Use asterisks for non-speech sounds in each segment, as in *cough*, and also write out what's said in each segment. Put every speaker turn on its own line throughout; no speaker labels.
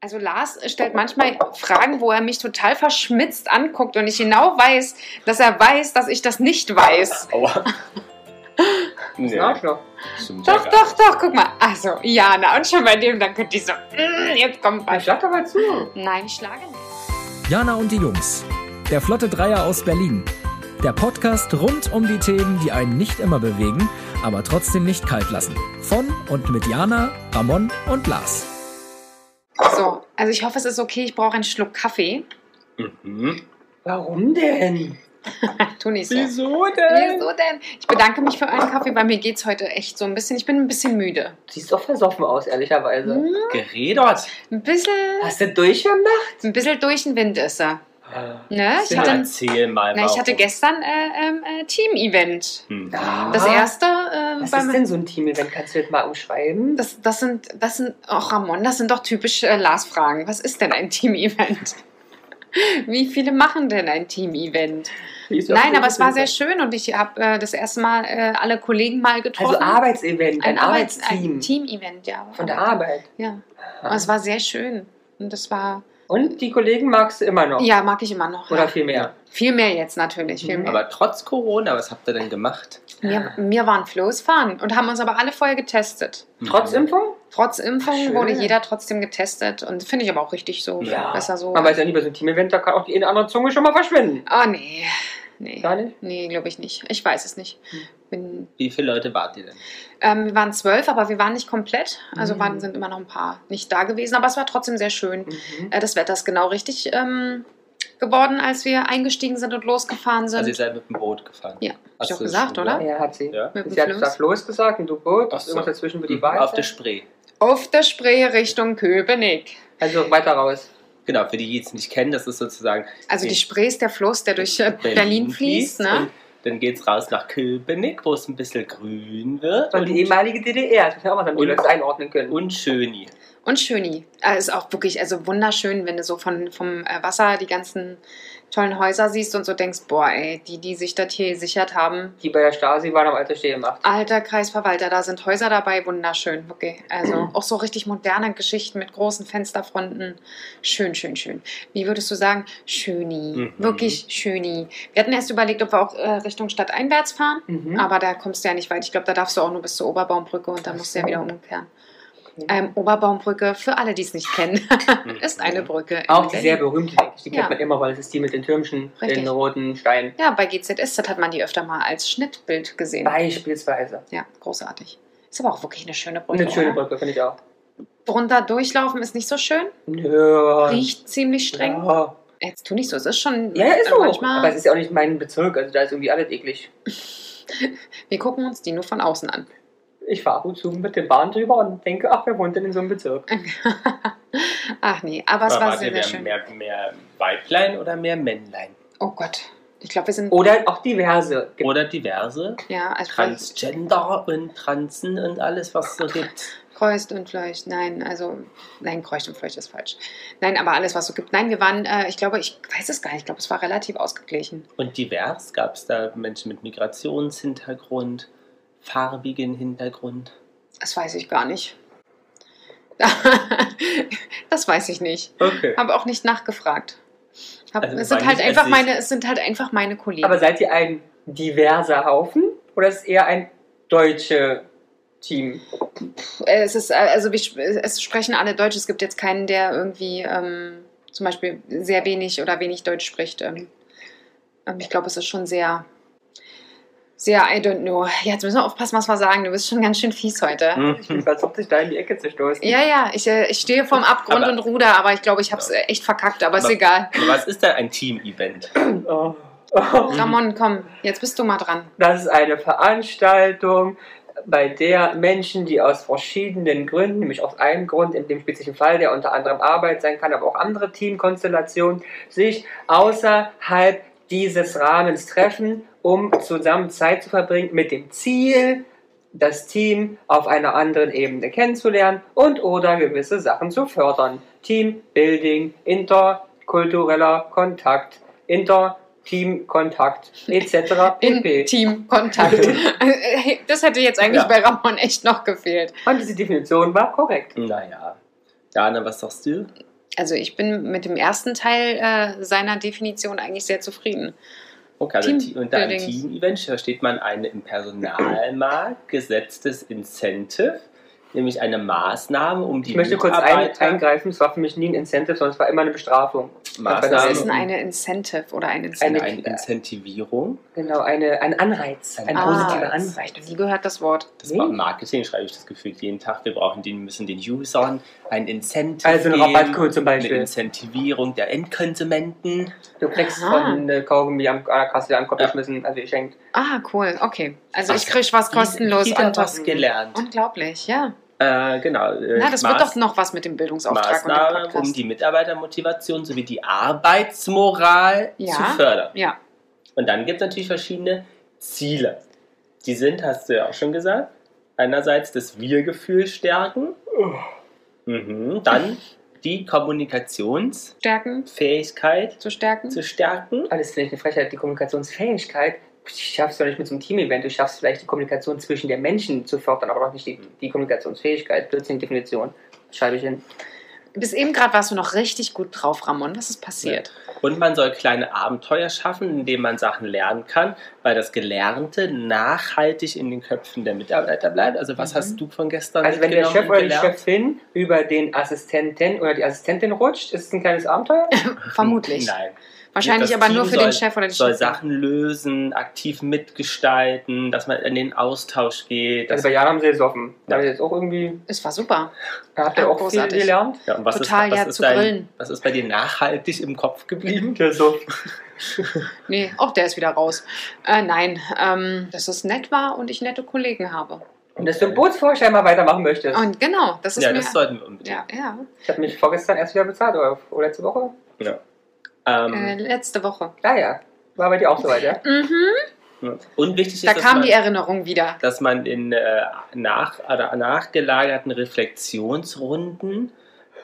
Also Lars stellt manchmal Fragen, wo er mich total verschmitzt anguckt und ich genau weiß, dass er weiß, dass ich das nicht weiß. *laughs*
Aua.
Das
Nee.
Arschloch.
Stimmt
Doch,
ja gar
doch, doch, guck mal. Also, ja, na und schon bei dem, dann könnte ich so, mm, jetzt kommt
Dann
was.
schlag doch mal zu.
Nein, ich schlage nicht.
Jana und die Jungs. Der Flotte Dreier aus Berlin. Der Podcast rund um die Themen, die einen nicht immer bewegen, aber trotzdem nicht kalt lassen. Von und mit Jana, Ramon und Lars.
So, also ich hoffe, es ist okay, ich brauche einen Schluck Kaffee. *laughs*
nicht. Mhm.
Warum denn?
Tu nicht so.
Wieso denn?
Wieso denn? Ich bedanke mich für euren Kaffee, bei mir geht's heute echt so ein bisschen, ich bin ein bisschen müde.
Siehst doch versoffen aus, ehrlicherweise.
Hm,
Geredert.
Ein bisschen,
Hast du durchgemacht?
ein bisschen durch den Wind ist er. Ne? Ich
Ja,
hatte,
erzähl mal.
na, ich
warum.
hatte gestern äh, ähm, äh, Team-Event.
Mhm.
Das erste, äh,
Was
beim,
ist denn so ein Team-Event? Kannst du das mal umschreiben?
das, das sind, das sind, ach Ramon, das sind doch typisch äh, Lars-Fragen. Was ist denn ein Team-Event? *laughs* Wie viele machen denn ein Team-Event? Nein, aber es war sehr schön und ich habe äh, das erste Mal äh, alle Kollegen mal getroffen.
Also Arbeitsevent, ein,
Arbeits-
Arbeitsteam.
Ein Team-Event, ja.
Von der Arbeit.
Ja. Und es war sehr schön. Und das war,
Und die Kollegen magst du immer noch.
ja, mag ich immer noch.
Oh. Oder viel mehr.
Viel mehr jetzt natürlich. Viel
Mhm,
mehr.
Aber trotz Corona, was habt ihr denn gemacht?
Wir, wir waren Flo's fahren und haben uns aber alle vorher getestet.
Trotz Impfung?
Mhm. Trotz
Ach,
Impfung
schön.
wurde jeder trotzdem getestet und finde ich aber auch richtig so.
Ja.
Besser so.
Man weiß ja nie, bei so einem Team-Event, da kann auch die eine andere Zunge schon mal verschwinden.
Oh nee. Nee,
Gar nicht?
nee glaube ich nicht. Ich weiß es nicht.
Hm.
Bin,
Wie viele Leute wart ihr denn?
ähm, wir waren zwölf, aber wir waren nicht komplett. Also
Mhm.
waren, sind immer noch ein paar nicht da gewesen, aber es war trotzdem sehr schön.
Mhm.
Äh, das Wetter ist genau richtig ähm, geworden, als wir eingestiegen sind und losgefahren sind.
Also ihr seid mit dem Boot gefahren.
Ja,
Hast
ich auch
du das
gesagt,
schon
oder?
Ja, hat sie.
Ja.
Mit dem
Sie hat
Floß.
gesagt, Floß gesagt und du Boot.
Ach so.
Irgendwas dazwischen wird die
Mhm.
Wahl.
Auf der
sein.
Spree.
Auf der Spree Richtung Köpenick.
Also weiter raus.
Genau, für die, die es nicht kennen, das ist sozusagen
Also die
Nee.
Spree ist der Fluss, der durch äh, Berlin, fließt. Ne?
und dann geht's raus nach Köpenick, wo es ein bisschen grün wird.
Und die ehemalige DDR, das wir auch mal damit die
Also Und-
Leute einordnen können.
und Schöni.
Und Schöni. Äh, Ist auch wirklich also wunderschön, wenn du so von, vom äh, Wasser die ganzen tollen Häuser siehst und so denkst, boah, ey, die, die sich das hier gesichert haben.
Die bei der Stasi waren am Alter stehen gemacht.
Alter Kreisverwalter, da sind Häuser dabei, wunderschön, okay. Also auch so richtig moderne Geschichten mit großen Fensterfronten. Schön, schön, schön. Wie würdest du sagen? Schöni.
Mhm.
Wirklich schöni. Wir hatten erst überlegt, ob wir auch äh, Richtung Stadt einwärts fahren,
Mhm.
aber da kommst du ja nicht weit. Ich glaube, da darfst du auch nur bis zur Oberbaumbrücke und dann musst du ja wieder umkehren.
Okay.
Ähm, Oberbaumbrücke, für alle, die es nicht kennen, *laughs* ist eine Brücke. in
auch die sehr
Berlin.
berühmte, denke ich. Die
äh, Ja.
kennt man immer, weil es ist die mit den Türmchen,
Richtig.
den roten Steinen.
Ja, bei GZSZ hat man die öfter mal als Schnittbild gesehen.
Beispielsweise.
Ja, großartig. Ist aber auch wirklich eine schöne Brücke.
Eine schöne
oder?
Brücke, finde ich auch.
Runter durchlaufen ist nicht so schön.
Nö.
Riecht ziemlich streng.
Ja,
Jetzt tu nicht so, es ist schon
ja ist so.
manchmal.
Aber es ist ja auch nicht mein Bezirk, also da ist irgendwie alles eklig.
wir gucken uns die nur von außen an. *laughs*
Ich fahre gut zu mit dem Bahn drüber und denke, ach, wer wohnt denn in so einem Bezirk?
Ach nee, aber es
Aber
war
wart
sehr,
ihr
sehr
mehr,
schön.
Mehr, mehr Weiblein oder mehr Männlein?
Oh Gott. Ich glaube, wir sind.
Oder auch diverse. Gibt-
Oder diverse?
Ja, also
Transgender und Transen und alles, was es so gibt.
Kreuz und Fleuch, nein, also, nein, Kreuz und Fleuch ist falsch. Nein, aber alles, was so gibt. Nein, wir waren, äh, ich glaube, ich weiß es gar nicht, ich glaube, es war relativ ausgeglichen.
Und divers gab es da Menschen mit Migrationshintergrund, farbigen Hintergrund.
Das weiß ich gar nicht. *laughs* das weiß ich nicht.
Okay.
Habe auch nicht nachgefragt. Hab,
Also,
es,
war
sind halt
nicht
einfach
als ich-
meine, es sind halt einfach meine Kollegen.
Aber seid ihr ein diverser Haufen oder ist eher ein deutsche Team?
Äh, es ist, äh, also wir, sp- äh, es sprechen alle Deutsch. Es gibt jetzt keinen, der irgendwie ähm, zum Beispiel sehr wenig oder wenig Deutsch spricht. Ähm, ähm, ich glaube, es ist schon sehr, sehr, I don't know. Ja, Jetzt müssen wir aufpassen, was wir sagen. Du bist schon ganz schön fies heute.
Hm? Mhm.
Ich bin versucht, dich da in die Ecke zu stoßen.
Hm. Ja, ja, ich, äh, ich stehe vorm Abgrund
Aber-
und ruder, aber ich glaube, ich habe es echt verkackt, aber ist
Aber-
egal.
Aber Was ist denn ein Team-Event?
Oh.
Mhm.
Oh.
Ramon, komm, jetzt bist du mal dran.
Das ist eine Veranstaltung, bei der Menschen, die aus verschiedenen Gründen, nämlich aus einem Grund, in dem spezifischen Fall, der unter anderem Arbeit sein kann, aber auch andere Teamkonstellationen, sich außerhalb dieses Rahmens treffen, um zusammen Zeit zu verbringen mit dem Ziel, das Team auf einer anderen Ebene kennenzulernen und oder gewisse Sachen zu fördern. Teambuilding, interkultureller Kontakt, Interteamkontakt etc. pp.
Intimkontakt. Äh, *laughs* das hätte jetzt eigentlich
Ja.
bei Ramon echt noch gefehlt.
Und diese Definition war korrekt.
Naja. Jana, was sagst du?
Also ich bin mit dem ersten Teil äh, seiner Definition eigentlich sehr zufrieden.
Okay, also
Team-
Team unter einem
Buildings.
Team-Event versteht man ein im Personalmarkt gesetztes Incentive, nämlich eine Maßnahme, um die
Ich möchte kurz ein,
Mitarbeiter-
eingreifen, es war für mich nie ein Incentive, sondern es war immer eine Bestrafung.
Was
Maßnahme,
ist denn
um-
eine Incentive oder ein Incentive?
eine, eine Incentivierung.
Genau, eine, ein Anreiz, ein,
Ein
positiver
Anreiz.
Anreiz.
Nie gehört das Wort.
Das war Marketing, schreibe ich das Gefühl jeden Tag. Wir brauchen den, müssen den Usern ein Incentive
Also ein
geben,
Rabattcode zum
eine
Beispiel.
Incentivierung der Endkonsumenten.
Du kriegst
Aha.
von äh, Kaugummi am an der Kasse am Kopf
Ja.
geschmissen, also ihr schenkt.
Ah, cool. Okay. Also ich
Ach,
krieg was kostenlos.
Jeder
on top.
was gelernt.
Unglaublich, ja.
Äh, genau. äh,
Na, das wird
Maß-
doch noch was mit dem Bildungsauftrag und dem
Maßnahmen,
Podcast.
um die Mitarbeitermotivation sowie die Arbeitsmoral
Ja.
zu fördern.
ja,
Und dann gibt es natürlich verschiedene Ziele. Die sind, hast du ja auch schon gesagt, einerseits das Wir-Gefühl stärken, mhm. dann die Kommunikationsfähigkeit
stärken, zu stärken.
zu stärken.
Alles finde ich eine Frechheit, die Kommunikationsfähigkeit. Ich schaff's doch nicht mit so einem Team-Event, du schaffst vielleicht die Kommunikation zwischen den Menschen zu fördern, aber doch nicht
Mhm.
die, die Kommunikationsfähigkeit. Plötzlich Definition. Schreibe ich hin.
Bis eben gerade warst du noch richtig gut drauf, Ramon. Was ist passiert?
Und man soll kleine Abenteuer schaffen, indem man Sachen lernen kann, weil das Gelernte nachhaltig in den Köpfen der Mitarbeiter bleibt. Also was
Mhm.
hast du von gestern
Also wenn der
mitgenommen
Chef
genau und
oder die
gelernt?
Chefin über den Assistenten oder die Assistentin rutscht, ist es ein kleines Abenteuer.
Vermutlich.
Nein.
Wahrscheinlich
Das
aber
Team
nur für
soll-
den Chef oder die
soll
Chefin.
Sachen lösen, aktiv mitgestalten, dass man in den Austausch geht.
Also
Das,
bei Jahren haben sie gesoffen. Da
Ja.
habt ihr jetzt auch irgendwie,
Es war super.
da habt ihr
Ja,
auch
großartig.
viel gelernt.
ja, und was
total,
was
ja, zu
dein,
grillen.
Was ist bei dir nachhaltig im Kopf geblieben?
Gesoffen.
Nee, auch der ist wieder raus. Äh, nein, ähm, dass es nett war und ich nette Kollegen habe.
Und dass du im Bootsvorschein mal weitermachen möchtest.
Und genau, das ist
Ja,
mir...
das sollten wir unbedingt.
ja, ja.
Ich habe mich vorgestern erst wieder bezahlt, oder, oder letzte Woche?
Ähm,
Äh, letzte Woche.
Ja, ja. War bei dir auch soweit, ja?
Mhm.
und wichtig ist,
Da
dass,
kam
man,
die Erinnerung wieder.
dass man in äh, nach, oder nachgelagerten Reflexionsrunden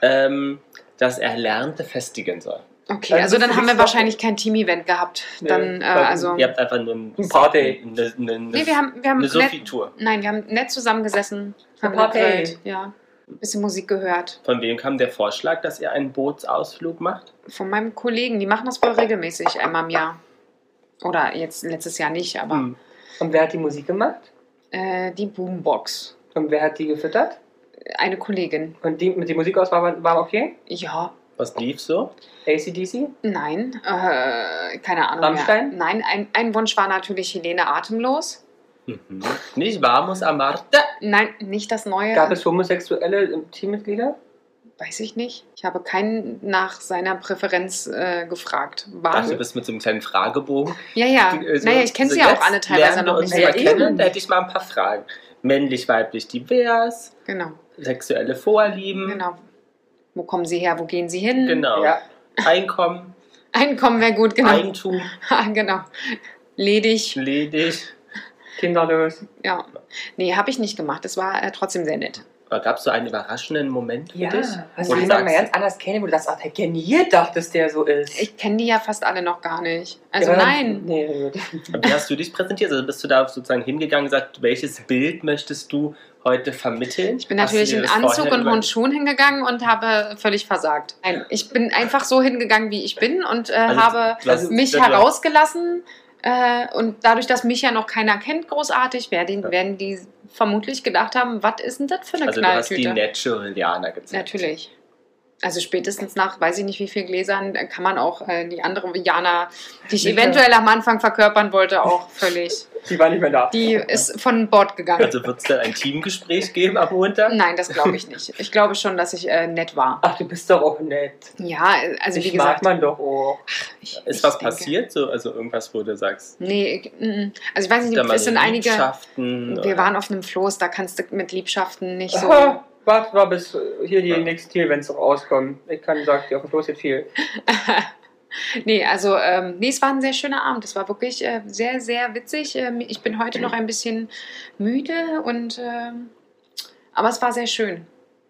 ähm, das Erlernte festigen soll.
Okay,
Dann
also
bist
dann
du
haben wir
nächste
wahrscheinlich kein Team-Event gehabt.
Nee,
dann, äh,
weil-
also...
Ihr habt einfach nur ein,
Ein Party.
Eine, eine, eine,
Nee, wir haben, wir haben
eine
nett,
Sophie-Tour.
Nein, wir haben nett zusammengesessen, haben
Party.
gegrillt, ja. Ein bisschen Musik gehört.
Von wem kam der Vorschlag, dass ihr einen Bootsausflug macht?
Von meinem Kollegen, die machen das wohl regelmäßig einmal im Jahr. Oder jetzt letztes Jahr nicht, aber
Hm.
Und wer hat die Musik gemacht?
äh, die Boombox.
Und wer hat die gefüttert?
Eine Kollegin.
Und die mit der Musikauswahl war, war okay?
Ja,
Was lief so?
ACDC?
nein, äh, keine Ahnung.
Rammstein?
Mehr. Nein, ein, ein Wunsch war natürlich Helene Atemlos.
Mhm. Nicht vamos a Marte.
Nein, nicht das neue.
Gab es homosexuelle ähm, Teammitglieder?
Weiß ich nicht. Ich habe keinen nach seiner Präferenz äh, gefragt. War
Ach, du bist mit so einem kleinen Fragebogen.
ja, ja.
Also,
naja, ich kenne
so
sie ja auch
jetzt
alle teilweise
lernen wir
noch
uns
nicht.
ja
mal
so gut.
kennen. Da hätte ich mal ein paar Fragen. Männlich, weiblich, divers,
Genau.
sexuelle Vorlieben,
Genau. Wo kommen sie her? Wo gehen sie hin?
Genau.
Ja.
Einkommen,
Einkommen wäre gut, genau.
Eigentum,
Ah, *laughs* genau. Ledig.
ledig.
Kinderlos.
Ja. Nee, habe ich nicht gemacht. Es war äh, trotzdem sehr nett.
Gab es so einen überraschenden Moment für dich?
Hast
Wo
du
du
jemanden mal
sagst,
ganz anders kennen, wo du das auch geniert dachtest, der so ist?
Ich kenne die ja fast alle noch gar nicht. Also
Ja, dann-
nein.
Nee, *laughs* gut.
Wie hast du dich präsentiert? Also bist du da sozusagen hingegangen und gesagt, welches Bild möchtest du heute vermitteln?
Ich bin natürlich in Anzug und hohen Schuhen hingegangen und habe völlig versagt. Nein, ich bin einfach so hingegangen, wie ich bin und äh, habe
Also,
mich herausgelassen. Äh, und dadurch, dass mich ja noch keiner kennt, großartig, werden,
Ja.
werden die vermutlich gedacht haben, was ist denn das für eine
Also du hast
Knalltüte?
die Natural Diana gezeigt.
Natürlich. Also spätestens nach, weiß ich nicht wie viel Gläsern, äh, kann man auch äh, die andere Jana, die ich
Sicher.
eventuell am Anfang verkörpern wollte, auch völlig.
Die war nicht mehr da.
Die ist von Bord gegangen.
Also wird es dann ein Teamgespräch geben am Montag?
Nein, das glaube ich nicht. Ich glaube schon, dass ich äh, nett war.
Ach, du bist doch auch nett.
Ja, äh, also wie
Dich
gesagt.
mag man doch auch.
ich- ich
Ist was
denke-
passiert? So, also irgendwas, wo du sagst,
Nee, ich- mm, mm. also ich weiß nicht,
da mal
es sind
so
einige.
Liebschaften
Wir
oder-
waren auf einem Floß, da kannst du mit Liebschaften nicht so.
Aha, warte mal, bis äh, hier die
Ja.
nächsten Team-Events auch rauskommen. Ich kann sagen, die auf dem Floß jetzt viel.
Nee, also ähm, nee, es war ein sehr schöner Abend. Es war wirklich äh, sehr, sehr witzig. Ähm, ich bin heute noch ein bisschen müde und ähm, aber es war sehr schön.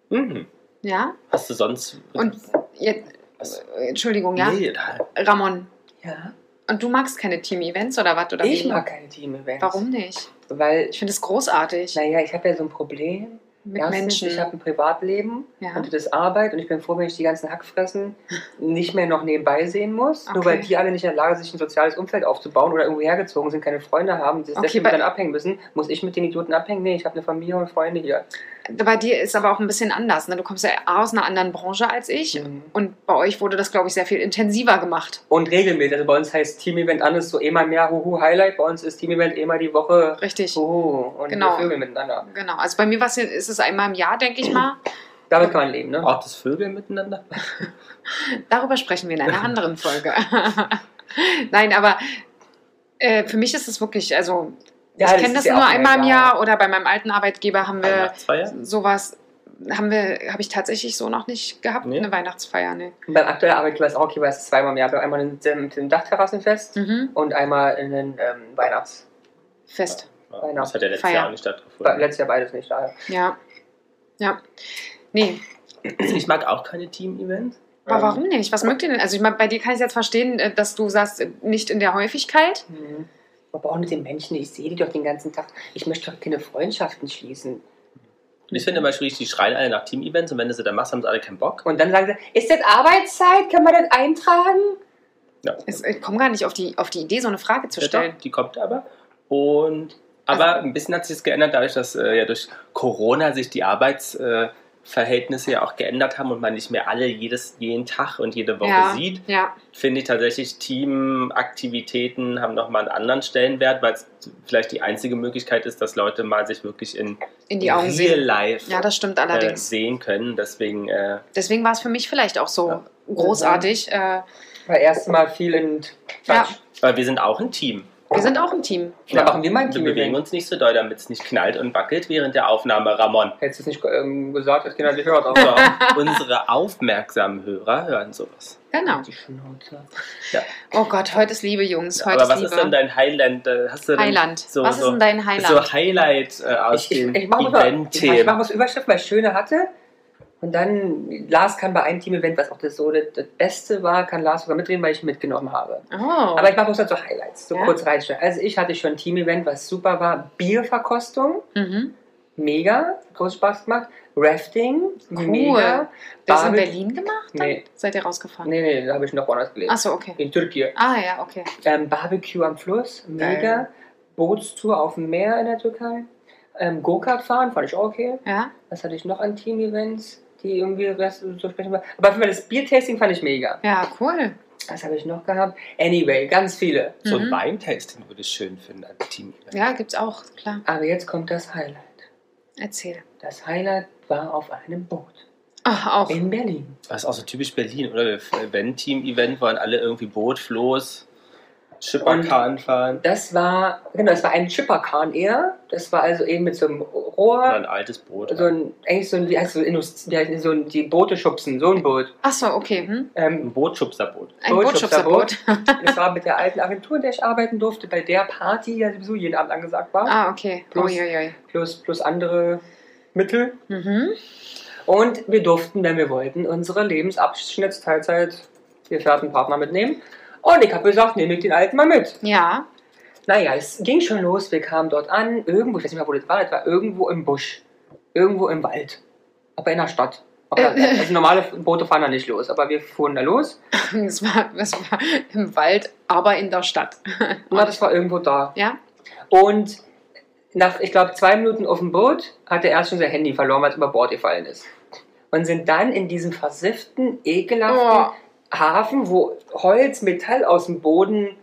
Mhm.
Ja.
Hast du sonst.
Und jetzt, äh,
was,
Entschuldigung, ja.
Nee, da,
Ramon.
Ja.
Und du magst keine Team-Events oder was? Oder
Ich
wie?
mag keine Team-Events.
Warum nicht?
Weil
Ich finde es großartig.
Naja, ich habe ja so ein Problem.
mit
Erstens,
Menschen.
ich habe ein Privatleben
Ja.
und das ist Arbeit und ich bin froh, wenn ich die ganzen Hackfressen nicht mehr noch nebenbei sehen muss. Nur
Okay.
weil die alle nicht in der Lage sind, sich ein soziales Umfeld aufzubauen oder irgendwo hergezogen sind, keine Freunde haben, die
Okay,
deswegen
bei-
dann abhängen müssen, muss ich mit den Idioten abhängen? Nee, ich habe eine Familie und Freunde hier.
Bei dir ist aber auch ein bisschen anders. Ne? Du kommst ja aus einer anderen Branche als
Mhm.
ich. Und bei euch wurde das, glaube ich, sehr viel intensiver gemacht.
Und regelmäßig, also bei uns heißt Team-Event anders so immer mehr Huhu Highlight, bei uns ist Team-Event immer die Woche
Richtig.
Huhu Oh, und
Genau.
wir Vögel miteinander.
Genau. Also bei mir war's hier- ist es einmal im Jahr, denke ich mal.
Damit kann man leben, ne?
Auch das Vögel miteinander?
Äh, Darüber sprechen wir in
*laughs*
einer anderen Folge. *laughs* Nein, aber äh, für mich ist es wirklich, also
Ja,
ich
das
kenne
ist
das
ja
nur
auch
einmal im
mega.
Jahr oder bei meinem alten Arbeitgeber haben wir
Weihnachtsfeier?
sowas, haben wir, habe ich tatsächlich so noch nicht gehabt,
Nee.
eine Weihnachtsfeier, ne?
Und beim aktuellen Arbeitgeber ist auch okay, weil es ist zweimal im Jahr. Wir haben einmal ein- ein ein Dachterrassenfest
Mhm.
und einmal ein ähm, Weihnachts.
Fest.
Ja, das hat ja letztes
Feier.
Jahr auch nicht
Be-
stattgefunden.
Letztes Jahr beides nicht. daher.
Ja. Ja. Nee,
Ich mag auch keine Team-Events.
aber
Ähm,
warum nicht? Was mögt ihr denn? Also ich meine, bei dir kann ich es jetzt verstehen, äh, dass du sagst, äh, nicht in der Häufigkeit.
Mhm. Aber auch mit den Menschen, ich sehe die doch den ganzen Tag. Ich möchte doch keine Freundschaften schließen.
Und ich finde immer schwierig, die schreien alle nach Team-Events und wenn du sie dann machst, haben sie alle keinen Bock.
Und dann sagen sie, ist das Arbeitszeit? Kann man das eintragen?
Es- Ich komme gar nicht auf die, auf die Idee, so eine Frage zu Also- stellen.
Die kommt aber. Und aber ein bisschen hat sich das geändert, dadurch, dass äh, ja durch Corona sich die Arbeitsverhältnisse äh, Verhältnisse ja auch geändert haben und man nicht mehr alle jedes, jeden Tag und jede Woche
Ja.
sieht,
Ja,
finde ich tatsächlich, Teamaktivitäten haben nochmal einen anderen Stellenwert, weil es vielleicht die einzige Möglichkeit ist, dass Leute mal sich wirklich in
in die Augen
Real
sehen.
Life
Ja, das stimmt
äh,
allerdings.
sehen können. Deswegen äh,
Deswegen war es für mich vielleicht auch so
Ja.
großartig. Äh,
Weil erstmal viel in Quatsch.
Weil wir sind auch ein Team.
wir sind auch ein Team.
Dann machen wir mal ein
Wir bewegen
Team-Event.
uns nicht so doll, damit es nicht knallt und wackelt während der Aufnahme, Ramon.
Hättest du es nicht ähm, gesagt, hätte keiner gehört.
So,
Aber
unsere aufmerksamen Hörer hören sowas.
Genau.
die Schnauze.
Oh Gott, heute ist Liebe, Jungs. Heute
Aber was
ist
ist denn
Liebe.
dein Highland? äh, Hast du denn
Highland.
So,
was ist
so,
denn dein Highland?
so Highlight äh, aus
Ich, ich,
den
ich mache mal, ich mach- ich mach
Event-Themen?
mal was Überschrift, weil ich schöne hatte. Und dann, Lars kann bei einem Team-Event, was auch das so das, das Beste war, kann Lars sogar mitreden, weil ich ihn mitgenommen habe.
oh.
Aber ich mache uns halt so Highlights, so
Ja?
kurz reinstellen. Also ich hatte schon ein Team-Event, was super war. Bierverkostung,
mhm.
mega, groß Spaß gemacht. Rafting,
Cool.
mega.
Das in
Barbie-
Berlin gemacht? Dann?
Nee.
Seid ihr rausgefahren?
Nee, nee, da habe ich noch woanders gelesen.
Achso, okay.
In Türkei.
Ah ja, okay.
Ähm, Barbecue am Fluss, mega.
Geil.
Bootstour auf dem Meer in der Türkei. Ähm, Go-Kart fahren, fand ich auch okay.
Ja.
Was hatte ich noch an Team-Events, die irgendwie Rest so sprechen war? Aber auf jeden Fall das Biertasting fand ich mega.
Ja, cool.
Was habe ich noch gehabt? Anyway, ganz viele.
So ein
Mhm.
Weintasting würde ich schön finden als Team-Event.
Ja, gibt's auch, klar.
Aber jetzt kommt das Highlight.
Erzähl.
Das Highlight war auf einem Boot
Ach, auch.
in Berlin.
Das ist auch so typisch Berlin, oder? Wir- Wenn Team-Event waren alle irgendwie Boot, Floß, Schipperkahn fahren.
Das war, genau, das war ein Chipperkahn eher. Das war also eben mit so einem
Oder ein
Rohr,
altes Boot.
so ein, eigentlich so ein, wie heißt so, Industrie, wie heißt so ein, die Boote schubsen, so ein Boot.
Achso, okay. Hm?
*laughs*
Ähm,
ein Bootschubserboot.
Ein
Bootschubserboot.
Bootschubserboot.
das war mit der alten Agentur, in der ich arbeiten durfte, bei der Party, die ja sowieso jeden Abend angesagt war,
Ah, okay.
Plus-
Uiuiui.
plus, plus andere Mittel.
Mhm.
Und wir durften, wenn wir wollten, unsere Lebensabschnittsteilzeit Gefährtenpartner mitnehmen. Und ich habe gesagt, nehme ich den alten mal mit.
Ja. *laughs*
Naja, es ging schon los. Wir kamen dort an, irgendwo, ich weiß nicht mehr, wo das war, das war irgendwo im Busch. Irgendwo im Wald. Aber in der Stadt. Aber, also normale Boote fahren da nicht los, aber wir fuhren da los.
Es war, es war im Wald, aber in der Stadt.
Na, das war irgendwo da.
Ja?
Und nach, ich glaube, zwei Minuten auf dem Boot hat er erst schon sein Handy verloren, weil es über Bord gefallen ist. Und sind dann in diesem versifften, ekelhaften,
Oh.
Hafen, wo Holz, Metall aus dem Boden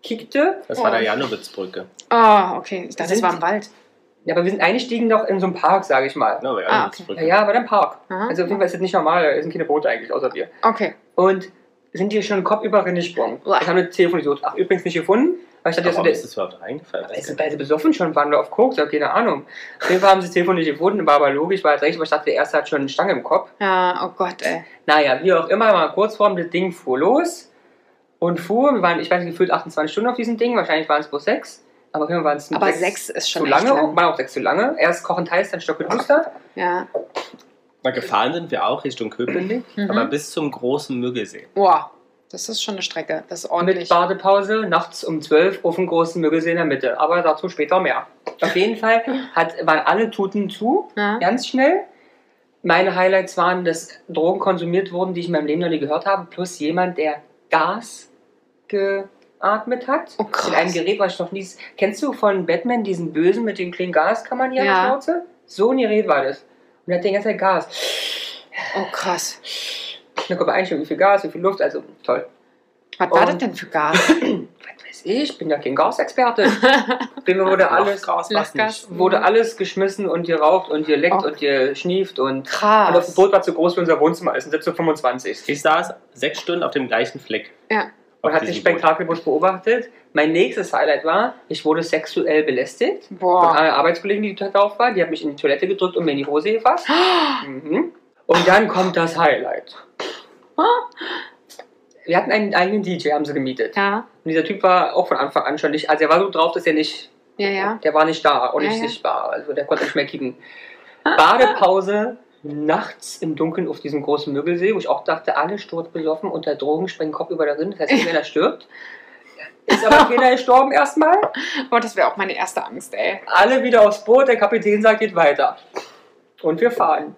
kickte.
Das war
Oh.
der Janowitzbrücke.
Ah, okay. Ich dachte, es
Sind-
war im Wald.
Ja, aber wir sind eingestiegen noch in so einem Park, sage ich mal.
Ja, aber
Ah,
Genau, Janowitzbrücke.
Ja, ja, aber dann Park.
Aha.
Also auf jeden Fall ist das nicht normal, da sind keine Boote eigentlich, außer wir.
Okay.
Und sind hier schon Kopf über gesprungen.
Uah.
Ich habe das Telefon gesucht. Ach, übrigens nicht gefunden. Weil ich dachte,
Warum
das
ist
ist
das überhaupt reingefallen?
weil sie beide besoffen schon waren oder auf Koks, ich habe keine Ahnung. Auf jeden Fall haben sie das Telefon nicht gefunden, war aber logisch, war halt recht, aber ich dachte, der erste hat schon eine Stange im Kopf.
Ja, oh Gott, ey.
Naja, wie auch immer, mal kurz vorm das Ding fuhr los und fuhr. Wir waren, ich weiß nicht, gefühlt 28 Stunden auf diesem Ding, wahrscheinlich waren es bloß sechs. Aber auf jeden Fall waren es
Aber sechs
sechs
ist schon
zu
echt
lange,
lang.
auch, waren auch sechs zu lange. Erst kochend heiß, dann Stock und Duster.
Ja.
Na, gefahren sind wir auch Richtung Köpenick,
Mhm.
aber bis zum großen Müggelsee.
Boah, das ist schon eine Strecke. Das ist
Mit
ordentlich.
Badepause, nachts um 12 auf dem großen Müggelsee in der Mitte. Aber dazu später mehr. Auf jeden Fall hat, waren alle Tuten zu,
Ja.
ganz schnell. Meine Highlights waren, dass Drogen konsumiert wurden, die ich in meinem Leben noch nie gehört habe, plus jemand, der Gas geatmet hat.
Oh, krass.
Mit einem Gerät, was ich noch nie. Kennst du von Batman diesen Bösen mit dem kleinen Gaskammern hier
Ja.
an der Schnauze? So ein Gerät war das. Und hat den ganzen Zeit Gas.
Oh, krass.
Da kommt man einstellen, wie viel Gas, wie viel Luft, also toll.
Was war
Und-
das denn für Gas?
Was weiß ich, bin ja kein Gasexperte.
*laughs*
Bin mir wurde alles.
Lachgas, was
Lachgas.
nicht.
wurde alles geschmissen und geraucht und geleckt
Oh.
und geschnieft und, und das
Krass.
Boot Ah, war zu groß für unser Wohnzimmer, es sind zu 25.
Ich saß sechs Stunden auf dem gleichen Fleck.
Ja.
Auf
Und hat den
diesem Boot.
Spektakelbus beobachtet. Mein nächstes Highlight war, ich wurde sexuell belästigt. Von
Boah.
einer Arbeitskollegin, die drauf war, die hat mich in die Toilette gedrückt und mir in die Hose gefasst. Mhm. Und dann kommt das Highlight. Wir hatten einen eigenen DJ, haben sie gemietet.
Ja,
Und dieser Typ war auch von Anfang an schon nicht, also er war so drauf, dass er nicht
ja, ja.
Der war nicht da und
Ja,
nicht
ja.
sichtbar. Also der konnte nicht mehr kicken. Badepause nachts im Dunkeln auf diesem großen Mögelsee, wo ich auch dachte, alle sturzbesoffen unter Drogen springen Kopf über darin. Das heißt, keiner stirbt. Ist aber keiner gestorben erstmal.
Oh, das wäre auch meine erste Angst, ey.
Alle wieder aufs Boot, der Kapitän sagt, geht weiter. Und wir fahren.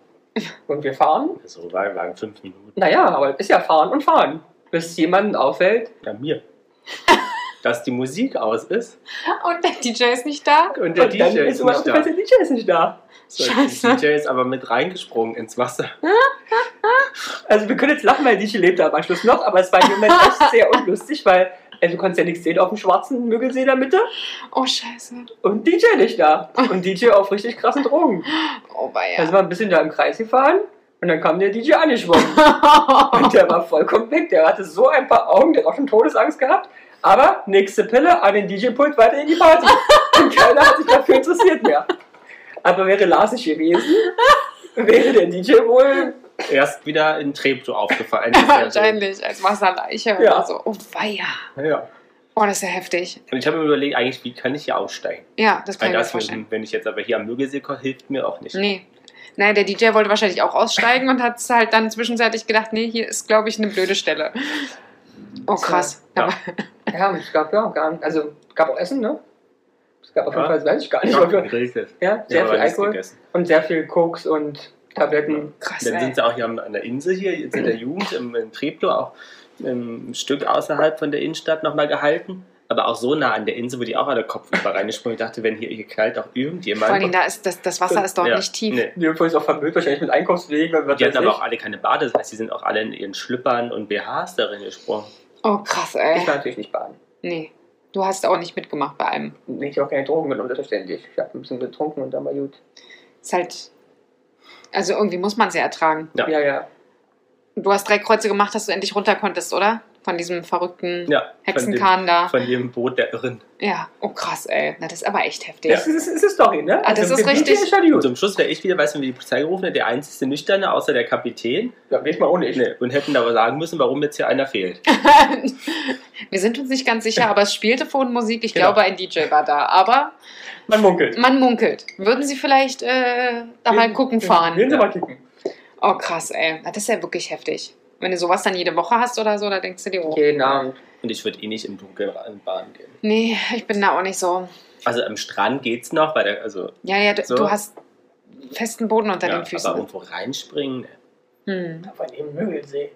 Und wir fahren?
So war- waren fünf Minuten
Naja, aber ist ja fahren und fahren. Bis jemandem auffällt,
bei mir. Dass die Musik aus ist
Und *laughs* der DJ ist nicht da?
und der
und
DJ ist
dann immer
nicht da.
aufgefallen, der DJ ist nicht da.
So,
Scheiße.
der DJ ist aber mit reingesprungen ins Wasser.
Also wir können jetzt lachen, weil Nietzsche lebte am Anschluss noch, aber es war im Moment echt sehr unlustig, weil also du konntest ja nichts sehen auf dem schwarzen Mögelsee in der Mitte
Oh, scheiße.
und DJ nicht da. Und DJ auf richtig krassen Drogen.
Oh,
Dann
weia.
sind wir ein bisschen da im Kreis gefahren und dann kam der DJ angeschwommen. Und der war vollkommen weg. Der hatte so ein paar Augen, der hat auch schon Todesangst gehabt. Aber nächste Pille an den DJ-Pult weiter in die Party. Und keiner hat sich dafür interessiert mehr. Aber wäre Lars nicht gewesen, wäre der DJ wohl
Erst wieder in Treptow
*laughs*
*laughs* aufgefallen.
Wahrscheinlich als Wasserleiche
Ja.
oder so. Oh, weia.
Ja.
Oh, das ist ja heftig.
Und ich habe mir überlegt, eigentlich, wie kann ich hier aussteigen?
Ja, das kann
Weil
ich mir
das,
vorstellen.
wenn ich jetzt aber hier am Mögelsee komme, hilft mir auch nicht.
Nee. Nein, der DJ wollte wahrscheinlich auch aussteigen und hat halt dann zwischenzeitlich gedacht, nee, hier ist, glaube ich, eine blöde Stelle. Oh, krass.
Ja.
Aber
Ja, und es gab ja auch gar nicht, also es gab auch Essen, ne? Es gab auf jeden
Ja.
Fall, weiß ich gar
Ich
nicht.
*laughs*
habe
aber-
gegrillt.
Ja,
Ich
sehr
habe
viel
aber nichts
Alkohol
gegessen.
und sehr viel Koks und Tabletten.
krass,
Dann
ey.
sind sie auch hier am- an der Insel hier, jetzt
*laughs*
in der Jugend, im, in Treptow, auch ähm, ein Stück außerhalb von der Innenstadt nochmal gehalten. Aber auch so nah an der Insel, wo die auch alle kopfüber reingesprungen. Ich dachte, wenn hier, hier knallt auch irgendjemand.
Vor allem, da ist das, das Wasser ist dort
Ja,
nicht tief.
nee.
Die Jedenfalls ist auch vermüllt wahrscheinlich mit Einkaufswegen. Und was
Die hatten
weiß
aber
ich.
auch alle keine Bade, das heißt, die sind auch alle in ihren Schlüppern und BHs darin gesprungen.
Oh, krass,
ich
ey.
war natürlich nicht baden.
Nee. Du hast auch nicht mitgemacht bei allem.
Nee, Ich habe auch keine Drogen genommen, selbstverständlich. Ich habe ein bisschen getrunken und dann war gut.
Ist halt. Also irgendwie muss man es ja ertragen.
Ja.
Ja, ja.
Du hast drei Kreuze gemacht, dass du endlich runter konntest, oder? Von diesem verrückten
Ja, von dem,
Hexenkahn da.
von dem Boot der Irren.
Ja. Oh krass, ey. Na, das ist aber echt heftig.
Ja.
Das ist, ist, ist Story, ne?
Ah, das
Also
ist
mit dem
richtig.
DJ Ist halt
Und
gut.
zum Schluss wäre ich wieder, weißt du, wie die Polizei gerufen hat, der einzige Nüchterne, außer der Kapitän.
Ja, ich mal auch nicht.
Nee, und hätten aber sagen müssen, warum jetzt hier einer fehlt.
Wir sind uns nicht ganz sicher, aber es spielte vorhin Musik. Ich
Genau.
glaube, ein DJ war da. Aber
Man munkelt.
man munkelt. Würden Sie vielleicht äh, da mal gucken fahren?
Gehen Sie mal kicken.
Oh krass, ey. Na, Das ist ja wirklich heftig. Wenn du sowas dann jede Woche hast oder so, da denkst du dir, oh.
Jeden Abend.
Und ich würde eh nicht im Dunkeln an Bahn gehen.
Nee, ich bin da auch nicht so.
Also am Strand geht's noch, weil der, also,
Ja, ja, du,
So.
du hast festen Boden unter
ja,
den
aber
Füßen.
irgendwo reinspringen. ne.
Hm.
Von dem Mögelsee.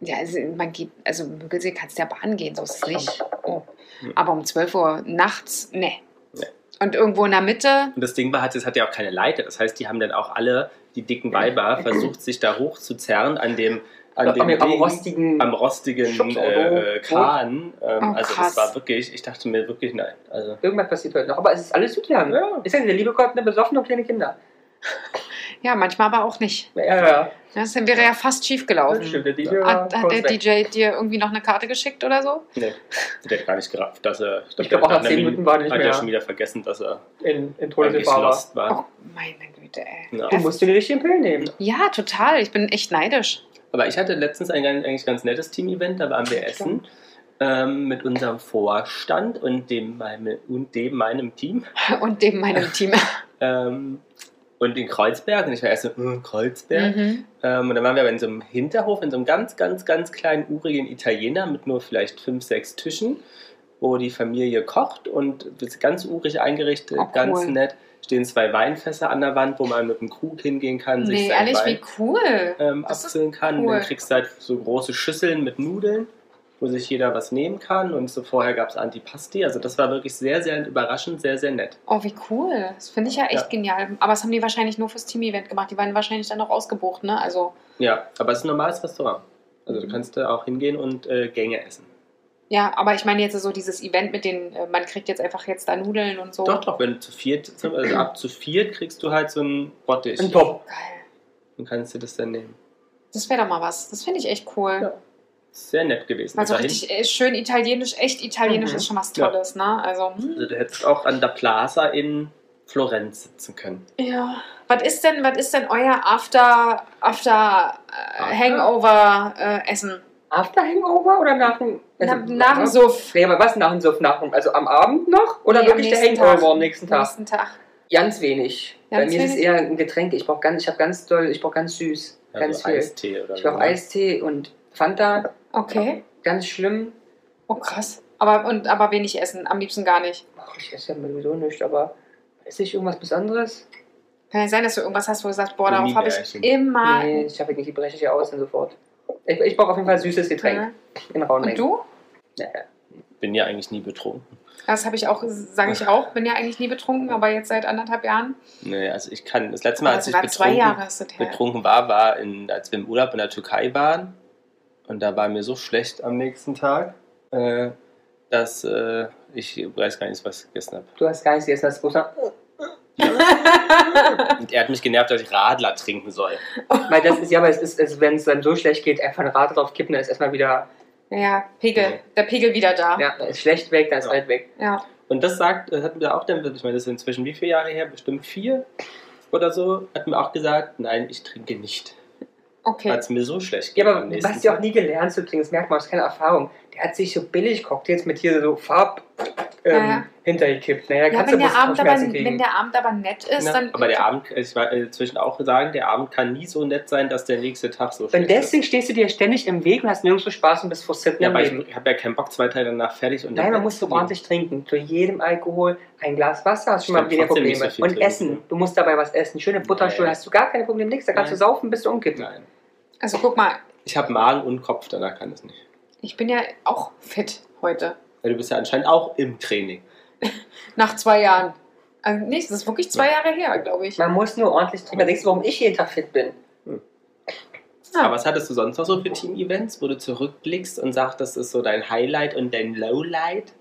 Ja, also man geht, also Mögelsee kannst ja Bahn gehen, so ist es nicht. Oh.
Hm.
Aber um 12 Uhr nachts, ne.
Nee.
Und irgendwo in der Mitte,
Und das Ding war, halt, es hat ja auch keine Leiter. Das heißt, die haben dann auch alle, die dicken Weiber, versucht, sich da hochzuzerren an dem, an
Am,
dem
am
Ding.
rostigen.
am rostigen
Schubsauto.
äh, Kran. Ähm,
Oh,
also
krass.
das war wirklich, ich dachte mir wirklich, nein. Also,
Irgendwas passiert heute noch, aber es ist alles gut gegangen.
Ja.
Ist ja der liebe Gott, ne, besoffene kleine Kinder.
ja, manchmal aber auch nicht.
Ja, ja.
Das wäre ja fast schief
Das
gelaufen.
stimmt, der DJ war
Hat, hat
kurz
der
weg.
DJ dir irgendwie noch eine Karte geschickt oder so?
nee, der hat gar nicht gerafft, dass er.
Ich glaub,
der
auch nach
einer
10
Minute
Minuten war er nicht
Hat
mehr.
er schon wieder vergessen, dass er
in, in
eigentlich
Todesgefahr war.
lost war.
Oh, meine Güte, ey.
Ja.
Du musst dir die richtigen Pillen nehmen.
Ja, total. Ich bin echt neidisch. *laughs*
Aber ich hatte letztens ein ganz- eigentlich ganz nettes Team-Event, da waren wir essen. Ähm, mit unserem Vorstand und dem, meinem, und dem meinem Team
Und dem meinem Team.
ähm, und in Kreuzberg. Und ich war erst so, äh, Kreuzberg.
Mhm.
Ähm, und dann waren wir aber in so einem Hinterhof, in so einem ganz, ganz, ganz kleinen, urigen Italiener mit nur vielleicht fünf, sechs Tischen. wo die Familie kocht und ist ganz urig eingerichtet,
Oh, cool.
ganz nett. Stehen zwei Weinfässer an der Wand, wo man mit dem Krug hingehen kann, sich
Nee,
seinen
ehrlich,
Wein
wie cool.
ähm,
Das ist
abfüllen kann. Und
cool.
dann kriegst du halt so große Schüsseln mit Nudeln, wo sich jeder was nehmen kann. Und so vorher gab es Antipasti. Also das war wirklich sehr, sehr überraschend, sehr, sehr nett.
Oh, wie cool. Das finde ich ja echt
Ja.
genial. Aber das haben die wahrscheinlich nur fürs Team-Event gemacht. Die waren wahrscheinlich dann auch ausgebucht, ne? Also,
Ja, aber es ist ein normales Restaurant. Also du
Mhm.
kannst da auch hingehen und äh, Gänge essen.
ja, aber ich meine jetzt so dieses Event mit den, äh, man kriegt jetzt einfach jetzt da Nudeln und so.
Doch, doch, wenn du zu viert, also ab zu viert kriegst du halt so einen Bottich.
Ein Top.
Geil.
Und kannst dir das dann nehmen.
Das wäre doch mal was. Das finde ich echt cool.
Ja. Sehr nett gewesen.
Also
Dahin-
richtig äh, schön italienisch, echt italienisch
Mhm.
ist schon was
Ja.
Tolles, ne? Also, hm.
also du hättest auch an der Plaza in Florenz sitzen können.
ja. Was ist denn, was ist denn euer After, After, äh,
After?
Hangover äh, Essen?
After Hangover oder nach dem.
Na,
also-
nach dem Suff.
Nee, aber was nach dem Suff? Nach dem, also am Abend noch? Oder
Nee, am
wirklich der
nächsten
Hangover
Tag.
am nächsten Tag?
Nächsten Tag.
Ganz wenig. Bei
Ganz
mir ist es
wenig?
eher ein Getränk. Ich brauche ganz, ich habe ganz doll, ich brauche ganz süß.
Also
ganz viel.
Eistee oder
Ich brauche
so. ne?
Eistee und Fanta.
Okay.
Ganz schlimm.
Oh, krass. Aber, und, aber wenig essen. Am liebsten gar nicht.
Ach, ich esse ja sowieso nicht, aber esse ich irgendwas Besonderes?
Kann ja sein, dass du irgendwas hast, wo du sagst, boah, darauf habe ich
Gummibärchen.
immer.
Nee, ich habe nicht, die breche ich ja aus dann sofort. Ich, ich brauche auf jeden Fall süßes Getränk in rauen
ne? Und du?
Mengen.
Bin ja eigentlich nie betrunken.
Das habe ich auch, sage ich auch, bin ja eigentlich nie betrunken, aber jetzt seit anderthalb Jahren.
Nee, also ich kann, das letzte Mal, als
Also
ich
war zwei Jahre
betrunken,
ist das her.
betrunken war, war, in, als wir im Urlaub in der Türkei waren. Und da war mir so schlecht am nächsten Tag, äh, dass äh, ich weiß gar nicht, was ich gegessen habe.
Du hast gar nichts gegessen, hast großer.
Und er hat mich genervt, dass ich Radler trinken soll.
Weil das ist ja, aber es ist, es, wenn es dann so schlecht geht, einfach ein Rad drauf kippen, dann ist erstmal wieder,
Ja, Pegel.
Nee.
Der Pegel wieder da. Ja.
ja, dann ist schlecht weg, dann ist
Ja.
alt weg.
Und das sagt, das hat mir auch dann, ich meine, das ist inzwischen wie viele Jahre her? Bestimmt vier oder so, hat mir auch gesagt, nein, ich trinke nicht.
Okay.
Also,
Weil es mir so schlecht geht.
Ja, aber
am nächsten
Basti auch
Tag.
nie gelernt zu trinken, das merkt man aus keiner Erfahrung. Der hat sich so billig Cocktails mit hier so Farb ähm,
Naja.
hintergekippt. Naja,
ja,
kannst
wenn
du
der, Abend aber,
Schmerzen kriegen.
wenn der Abend aber nett ist,
Na,
dann.
aber der Abend, ich war äh, zwischen auch sagen, der Abend kann nie so nett sein, dass der nächste Tag so
Und
schlecht ist.
deswegen stehst du dir ständig im Weg und hast nirgendwo Spaß und bist frustriert
Ja,
im
aber
Leben.
ich habe ja keinen Bock, zwei Tage danach fertig und
Nein,
dann-
man muss so ordentlich trinken. Zu jedem Alkohol ein Glas Wasser hast du
Ich
schon mal
kann
weniger
trotzdem
Probleme.
nicht so viel
und
trinken.
Essen. Du musst dabei was essen. Schöne Butterstuhl
Nee.
hast du gar keine Probleme, nix. Da kannst
Nein.
du saufen, bis du umkippen.
Nein.
also guck mal,
Ich habe Magen und Kopf, danach kann es nicht.
ich bin ja auch fit heute.
Weil du bist ja anscheinend auch im Training.
Nach zwei Jahren. Also nee, das ist wirklich zwei Jahre her, glaube ich.
Man muss nur ordentlich trinken. Da denkst du, warum ich jeden Tag fit bin.
Aber was hattest du sonst noch so für Team-Events, wo du zurückblickst und sagst, das ist so dein Highlight und dein Lowlight?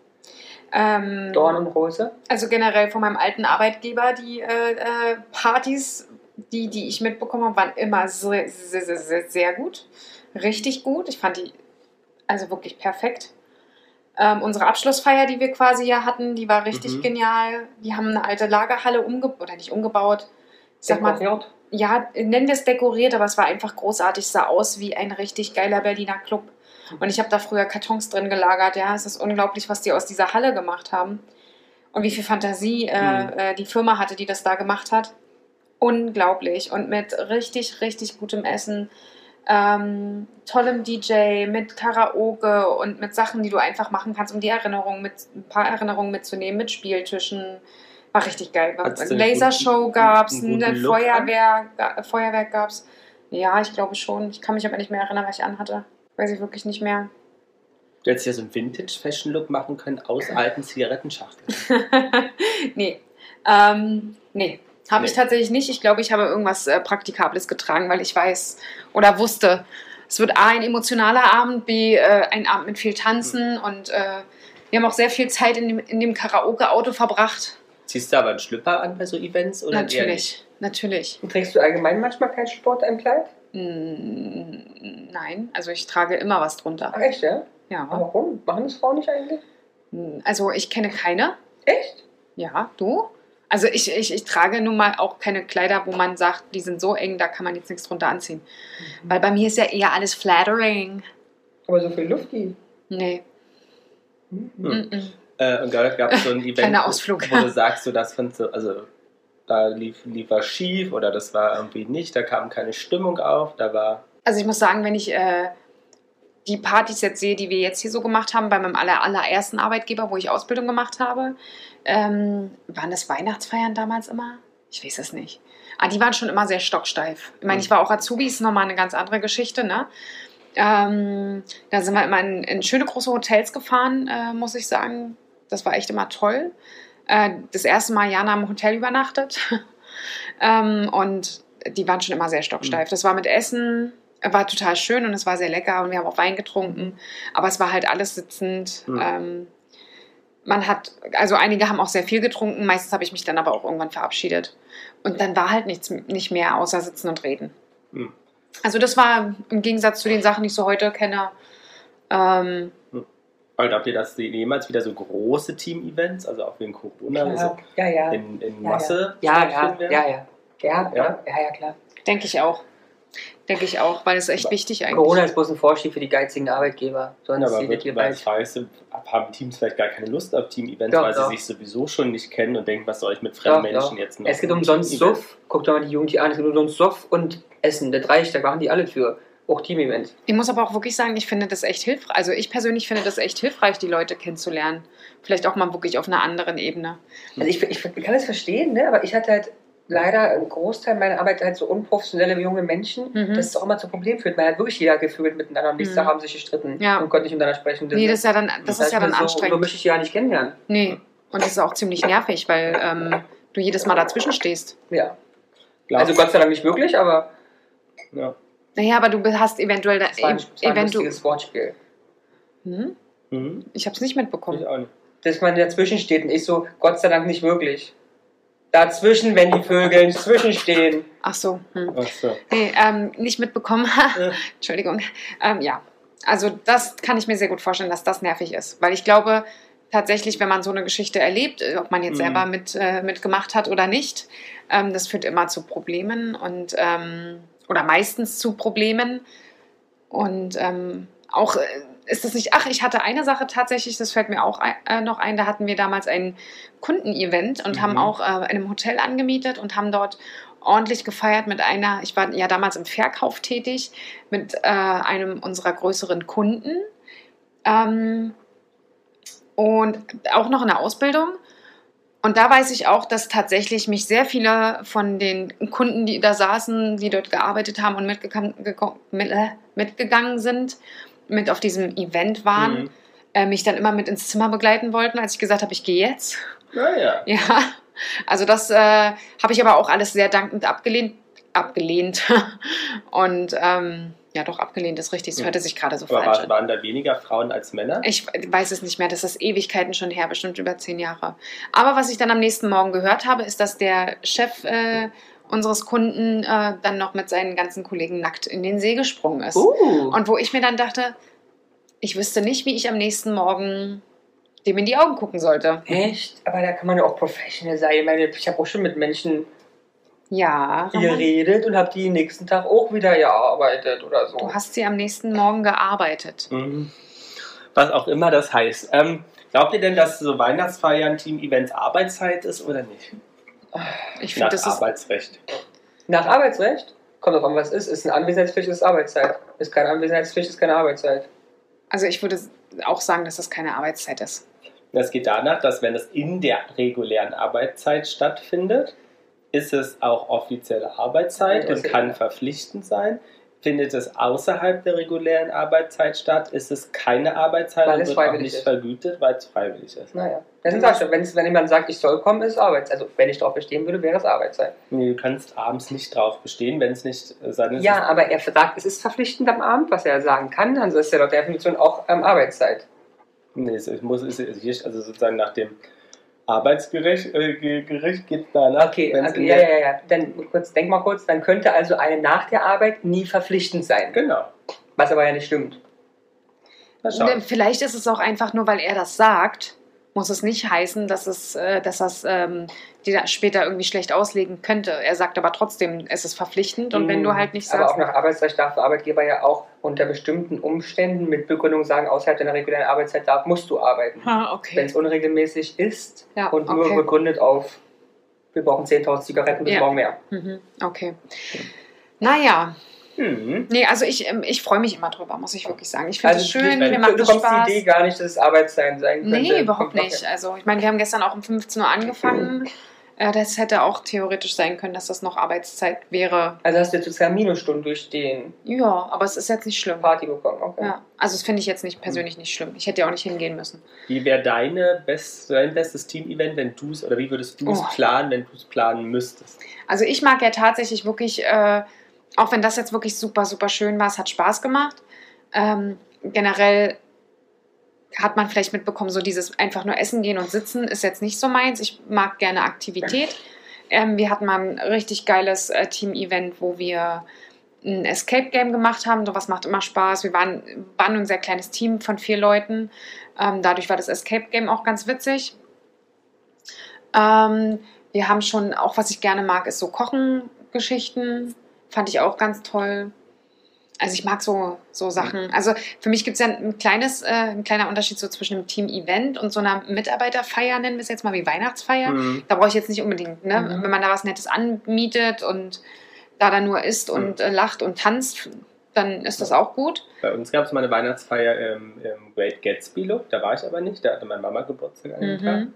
Ähm,
Dorn und Rose.
Also generell von meinem alten Arbeitgeber, die äh, äh, Partys, die, die ich mitbekommen habe, waren immer sehr, sehr, sehr, sehr, sehr gut. Richtig gut. Ich fand die also wirklich perfekt. Ähm, unsere Abschlussfeier, die wir quasi ja hatten, die war richtig
Mhm.
genial. Die haben eine alte Lagerhalle umgebaut, oder nicht umgebaut. Ich sag mal,
Dekoriert.
ja, nennen wir es dekoriert, aber es war einfach großartig, sah aus wie ein richtig geiler Berliner Club. Und ich habe da früher Kartons drin gelagert, ja, es ist unglaublich, was die aus dieser Halle gemacht haben. Und wie viel Fantasie äh,
Mhm.
äh, die Firma hatte, die das da gemacht hat. Unglaublich. Und mit richtig, richtig gutem Essen, ähm, tollem DJ, mit Karaoke und mit Sachen, die du einfach machen kannst, um die Erinnerungen mit, ein paar Erinnerungen mitzunehmen, mit Spieltischen. War richtig geil. War,
Hat's denn einen
Lasershow
guten-
gab es,
einen guten
eine
Look an?
Feuerwehr, ga- Feuerwerk gab es. Ja, ich glaube schon. Ich kann mich aber nicht mehr erinnern, was ich anhatte. Weiß ich wirklich nicht mehr.
Du hättest ja so einen Vintage-Fashion-Look machen können aus alten Zigarettenschachteln.
*laughs* nee. Ähm, nee. Habe ich
Nee.
tatsächlich nicht. Ich glaube, ich habe irgendwas äh, Praktikables getragen, weil ich weiß oder wusste, es wird A, ein emotionaler Abend, B, äh, ein Abend mit viel Tanzen und äh, wir haben auch sehr viel Zeit in dem, in dem Karaoke-Auto verbracht.
Ziehst du aber einen Schlüpper an bei so Events oder eher nicht?
natürlich, natürlich.
Und trägst du allgemein manchmal keinen Sport im Kleid?
Mm, nein, also ich trage immer was
Ach,
drunter.
echt, ja? Aber
Ja.
warum? Machen das Frauen nicht eigentlich?
Also ich kenne keine.
Echt?
Ja, du? Also ich, ich, ich trage nun mal auch keine Kleider, wo man sagt, die sind so eng, da kann man jetzt nichts drunter anziehen. Weil bei mir ist ja eher alles flattering.
Aber so viel Lufti.
Nee.
Mhm.
Hm.
Mm -mm.
Äh, und da gab es
*laughs*
so ein Event,
Kleiner Ausflug.
wo du sagst, so das fandst du, also da lief, lief was schief oder das war irgendwie nicht, da kam keine Stimmung auf, da war
Also ich muss sagen, wenn ich äh, die Partys jetzt sehe, die wir jetzt hier so gemacht haben, bei meinem aller, allerersten Arbeitgeber, wo ich Ausbildung gemacht habe, ähm, waren das Weihnachtsfeiern damals immer? Ich weiß es nicht. Ah, die waren schon immer sehr stocksteif. Ich meine, ich war auch Azubi, ist nochmal eine ganz andere Geschichte, ne? Ähm, da sind wir immer in, in schöne große Hotels gefahren, äh, muss ich sagen. Das war echt immer toll. Äh, das erste Mal Jana im Hotel übernachtet. *laughs* ähm, und die waren schon immer sehr stocksteif. Das war mit Essen, äh, war total schön und es war sehr lecker und wir haben auch Wein getrunken. Aber es war halt alles sitzend.
Mhm.
Ähm, man hat, also einige haben auch sehr viel getrunken, meistens habe ich mich dann aber auch irgendwann verabschiedet. Und dann war halt nichts nicht mehr außer sitzen und reden.
Mhm.
Also das war im Gegensatz zu den Sachen, die ich so heute kenne. Ähm,
Und glaubt ihr, dass die jemals wieder so große Team-Events, also auch wegen Corona,
Ja,
also
ja, ja.
in, in
Ja,
Masse
Ja, ja,
stattfinden werden?
ja, ja. Ja,
Ja.
ja, ja, ja, klar.
denke ich auch. Denke ich auch, weil es ist echt wichtig eigentlich.
Corona ist bloß ein Vorschieb für die geizigen Arbeitgeber. Sonst
Ja, aber
seht ihr
wird, weil
bald.
ich weiß, haben Teams vielleicht gar keine Lust auf Team-Events,
Doch,
weil sie
doch.
sich sowieso schon nicht kennen und denken, was soll ich mit fremden
Doch,
Menschen
doch.
jetzt noch?
Es geht um umsonst
Team-Event.
Suff. Guckt doch mal die Jugend hier an. Es geht umsonst Suff und Essen. Das reicht, da machen die alle für. Auch Team-Events.
Ich muss aber auch wirklich sagen, ich finde das echt hilfreich. Also ich persönlich finde das echt hilfreich, die Leute kennenzulernen. Vielleicht auch mal wirklich auf einer anderen Ebene.
Also ich, ich, ich kann das verstehen, ne? aber ich hatte halt leider einen Großteil meiner Arbeit halt so unprofessionelle junge Menschen,
Mhm.
dass es auch immer zu Problemen führt. Man hat wirklich jeder gefühlt miteinander. Am nächsten
Mhm.
Tag haben sie sich gestritten
Ja.
und konnten nicht miteinander sprechen.
Nee, das ist ja dann, das ist ja dann
so, So möchte
anstrengend.
ich die ja nicht kennenlernen.
Nee. Und das ist auch ziemlich nervig, weil ähm, du jedes Mal dazwischen stehst.
Ja.
Klar.
Also Gott sei Dank nicht wirklich, aber
ja.
Naja, aber du hast eventuell da,
es war ein, es war ein
eventuell.
lustiges Wortspiel.
Hm?
Mhm.
Ich habe es nicht
Ich
mitbekommen.
auch nicht.
Dass man dazwischen steht und ich so, Gott sei Dank nicht wirklich. Dazwischen, wenn die Vögel zwischenstehen.
Ach so. Hm.
Ach so.
Nee, ähm, nicht mitbekommen. *laughs* Entschuldigung. Ähm, ja, also das kann ich mir sehr gut vorstellen, dass das nervig ist. Weil ich glaube, tatsächlich, wenn man so eine Geschichte erlebt, äh, ob man jetzt
Mhm.
selber mit, äh, mitgemacht hat oder nicht, ähm, das führt immer zu Problemen und ähm, oder meistens zu Problemen. Und ähm, auch äh, ist das nicht, ach, ich hatte eine Sache tatsächlich, das fällt mir auch ein, äh, noch ein, da hatten wir damals ein Kundenevent und
Mhm.
haben auch äh, in einem Hotel angemietet und haben dort ordentlich gefeiert mit einer, ich war ja damals im Verkauf tätig, mit äh, einem unserer größeren Kunden ähm, und auch noch in der Ausbildung. Und da weiß ich auch, dass tatsächlich mich sehr viele von den Kunden, die da saßen, die dort gearbeitet haben und mitgegangen, mit, äh, mitgegangen sind, mit auf diesem Event waren,
Mhm.
äh, mich dann immer mit ins Zimmer begleiten wollten, als ich gesagt habe, ich gehe jetzt. *laughs*
Naja.
Ja, also das äh, habe ich aber auch alles sehr dankend abgelehnt. Abgelehnt. *laughs* Und ähm, ja, doch, abgelehnt ist richtig. Es
Ja.
hörte sich gerade so
Aber
falsch
war,
an.
waren da weniger Frauen als Männer?
Ich weiß es nicht mehr, das ist Ewigkeiten schon her, bestimmt über zehn Jahre. Aber was ich dann am nächsten Morgen gehört habe, ist, dass der Chef äh, unseres Kunden äh, dann noch mit seinen ganzen Kollegen nackt in den See gesprungen ist.
Uh.
Und wo ich mir dann dachte, ich wüsste nicht, wie ich am nächsten Morgen dem in die Augen gucken sollte.
Echt? Aber da kann man ja auch professional sein. Ich meine, ich habe auch schon mit Menschen
Ja. Ramon.
geredet und habe die nächsten Tag auch wieder gearbeitet oder so.
Du hast sie am nächsten Morgen gearbeitet.
Mhm. Was auch immer das heißt. Ähm, glaubt ihr denn, dass so Weihnachtsfeiern, Team-Events Arbeitszeit ist oder nicht?
Ich finde,
Nach
das ist.
Arbeitsrecht.
Nach Arbeitsrecht? Kommt drauf an, was ist. Ist eine Anwesenheitspflicht, ist Arbeitszeit. Ist keine Anwesenheitspflicht, ist keine Arbeitszeit.
Also, ich würde auch sagen, dass das keine Arbeitszeit ist.
Das geht danach, dass wenn es in der regulären Arbeitszeit stattfindet, ist es auch offizielle Arbeitszeit und kann verpflichtend sein. Findet es außerhalb der regulären Arbeitszeit statt, ist es keine Arbeitszeit
Weil
und
es
wird auch
freiwillig
nicht
ist.
vergütet, weil es freiwillig ist.
Naja. Das ist auch schon. Wenn's, wenn jemand sagt, ich soll kommen, ist Arbeitszeit. Also, wenn ich darauf bestehen würde, wäre es Arbeitszeit.
Nee, Du kannst abends nicht drauf bestehen, wenn es nicht äh, sein ist.
Ja, aber er sagt, es ist verpflichtend am Abend, was er sagen kann. Dann ist ja laut der Definition auch ähm, Arbeitszeit.
Nee, es, es muss, es, es, hier- also sozusagen nach dem Arbeitsgericht äh, Ge- Gericht geht danach.
Okay,
wenn's
okay
in
ja,
der-
ja, ja. Dann kurz, denk mal kurz. Dann könnte also eine nach der Arbeit nie verpflichtend sein.
Genau.
Was aber ja nicht stimmt.
Na, schau.
Also, Vielleicht ist es auch einfach nur, weil er das sagt, muss es nicht heißen, dass es, äh, dass das ähm, die da später irgendwie schlecht auslegen könnte. Er sagt aber trotzdem, es ist verpflichtend und wenn du halt nicht
Mhm. Aber auch
sagst.
nach Arbeitsrecht darf der Arbeitgeber ja auch unter bestimmten Umständen mit Begründung sagen, außerhalb deiner regulären Arbeitszeit darf, musst du arbeiten.
Ah,
Wenn
okay.
es unregelmäßig ist
Ja,
und nur
okay.
begründet auf, wir brauchen 10.000 Zigaretten, wir
Ja.
brauchen mehr.
Mhm, okay. Mhm. Naja,
Mhm.
Nee, also ich, ähm, ich freue mich immer drüber, muss ich wirklich sagen. Ich finde
Also
es
es
schön,
geht bei-
mir
Du,
macht
du
es
kommst
Spaß.
die Idee gar nicht, dass es Arbeitszeit sein könnte.
Nee, überhaupt
Okay. Mhm.
nicht. Also, ich meine, wir haben gestern auch um 15 Uhr angefangen. Äh, Das hätte auch theoretisch sein können, dass das noch Arbeitszeit wäre.
Also hast du jetzt sozusagen Minusstunden durch den
Ja, aber es ist jetzt nicht schlimm.
Party bekommen. Okay.
Ja, also das finde ich jetzt nicht persönlich nicht schlimm. Ich hätte ja auch nicht hingehen müssen.
Wie wäre deine best, dein bestes Team-Event, wenn du es, oder wie würdest du es
Oh.
planen, wenn du es planen müsstest?
Also ich mag ja tatsächlich wirklich, äh, auch wenn das jetzt wirklich super, super schön war, es hat Spaß gemacht. Ähm, generell hat man vielleicht mitbekommen, so dieses einfach nur essen gehen und sitzen ist jetzt nicht so meins. Ich mag gerne Aktivität. Ähm, wir hatten mal ein richtig geiles äh, Team-Event, wo wir ein Escape-Game gemacht haben. Sowas macht immer Spaß. Wir waren, waren nur ein sehr kleines Team von vier Leuten. Ähm, dadurch war das Escape-Game auch ganz witzig. Ähm, wir haben schon, auch was ich gerne mag, ist so Kochen-Geschichten. Fand ich auch ganz toll. Also ich mag so, so Sachen. Also für mich gibt es ja ein kleines, äh, ein kleiner Unterschied so zwischen einem Team-Event und so einer Mitarbeiterfeier, nennen wir es jetzt mal wie Weihnachtsfeier.
Mhm.
Da brauche ich jetzt nicht unbedingt, ne?
Mhm.
Wenn man da was Nettes anmietet und da dann nur isst
Mhm.
und äh, lacht und tanzt, dann ist das auch gut.
Bei uns gab es mal eine Weihnachtsfeier im, im Great Gatsby Look, da war ich aber nicht, da hatte meine Mama Geburtstag an dem Tag.
Mhm.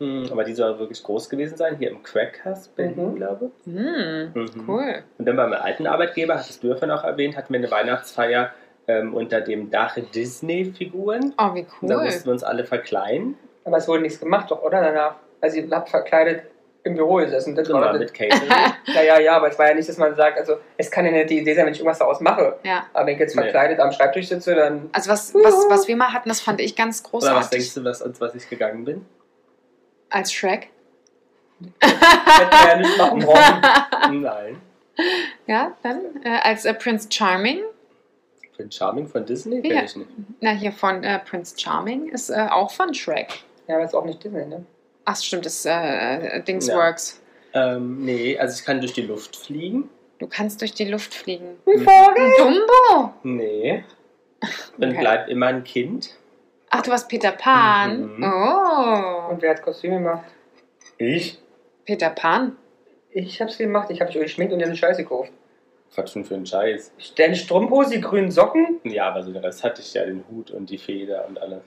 Mhm, Aber die soll wirklich groß gewesen sein, hier im Crackhouse Berlin,
Mhm.
glaube ich.
Mhm.
Mhm.
Cool.
Und dann bei meinem alten Arbeitgeber, hattest du ja vorhin auch erwähnt, hatten wir eine Weihnachtsfeier ähm, unter dem Dach Disney-Figuren.
Oh, wie
Und Da
cool.
mussten wir uns alle verkleiden.
Aber es wurde nichts gemacht, doch, oder? Danach. Also ihr habt verkleidet im Büro gesessen. Das
Und
war
mal
das.
mit Catering.
Mhm. Ja, ja, ja, aber es war ja nicht, dass man sagt, also es kann ja nicht die Idee sein, wenn ich irgendwas daraus mache.
Ja.
Aber wenn ich jetzt
Nee.
verkleidet am Schreibtisch sitze, dann.
Also was, was, was wir mal hatten, das fand ich ganz
Oder was denkst
großartig.
du, was, als was ich
*laughs*
gegangen bin?
Als Shrek.
Hätte man ja
*laughs*
nicht machen brauchen.
Nein.
Ja, dann äh, als äh, Prince Charming.
Prince Charming von Disney
Ja.
kenne ich nicht.
Na, hier von äh, Prince Charming ist äh, auch von Shrek.
Ja, aber es ist auch nicht Disney, ne?
Ach, stimmt, das äh, äh,
Ja.
Dingsworks.
Ähm, nee, also ich kann durch die Luft fliegen.
Du kannst durch die Luft fliegen.
Mhm.
Vogel?
Dumbo!
Nee. Dann
Okay.
bleibt immer ein Kind.
Ach, du warst Peter Pan.
Mhm.
Oh.
Und wer hat Kostüme gemacht?
Ich?
Peter Pan.
Ich hab's gemacht, ich hab's euch geschminkt und ihr habt Scheiße gekauft.
Was schon für einen Scheiß.
Deine Strumpfhose, die grünen Socken?
Ja, aber so den Rest hatte ich ja, den Hut und die Feder und alles.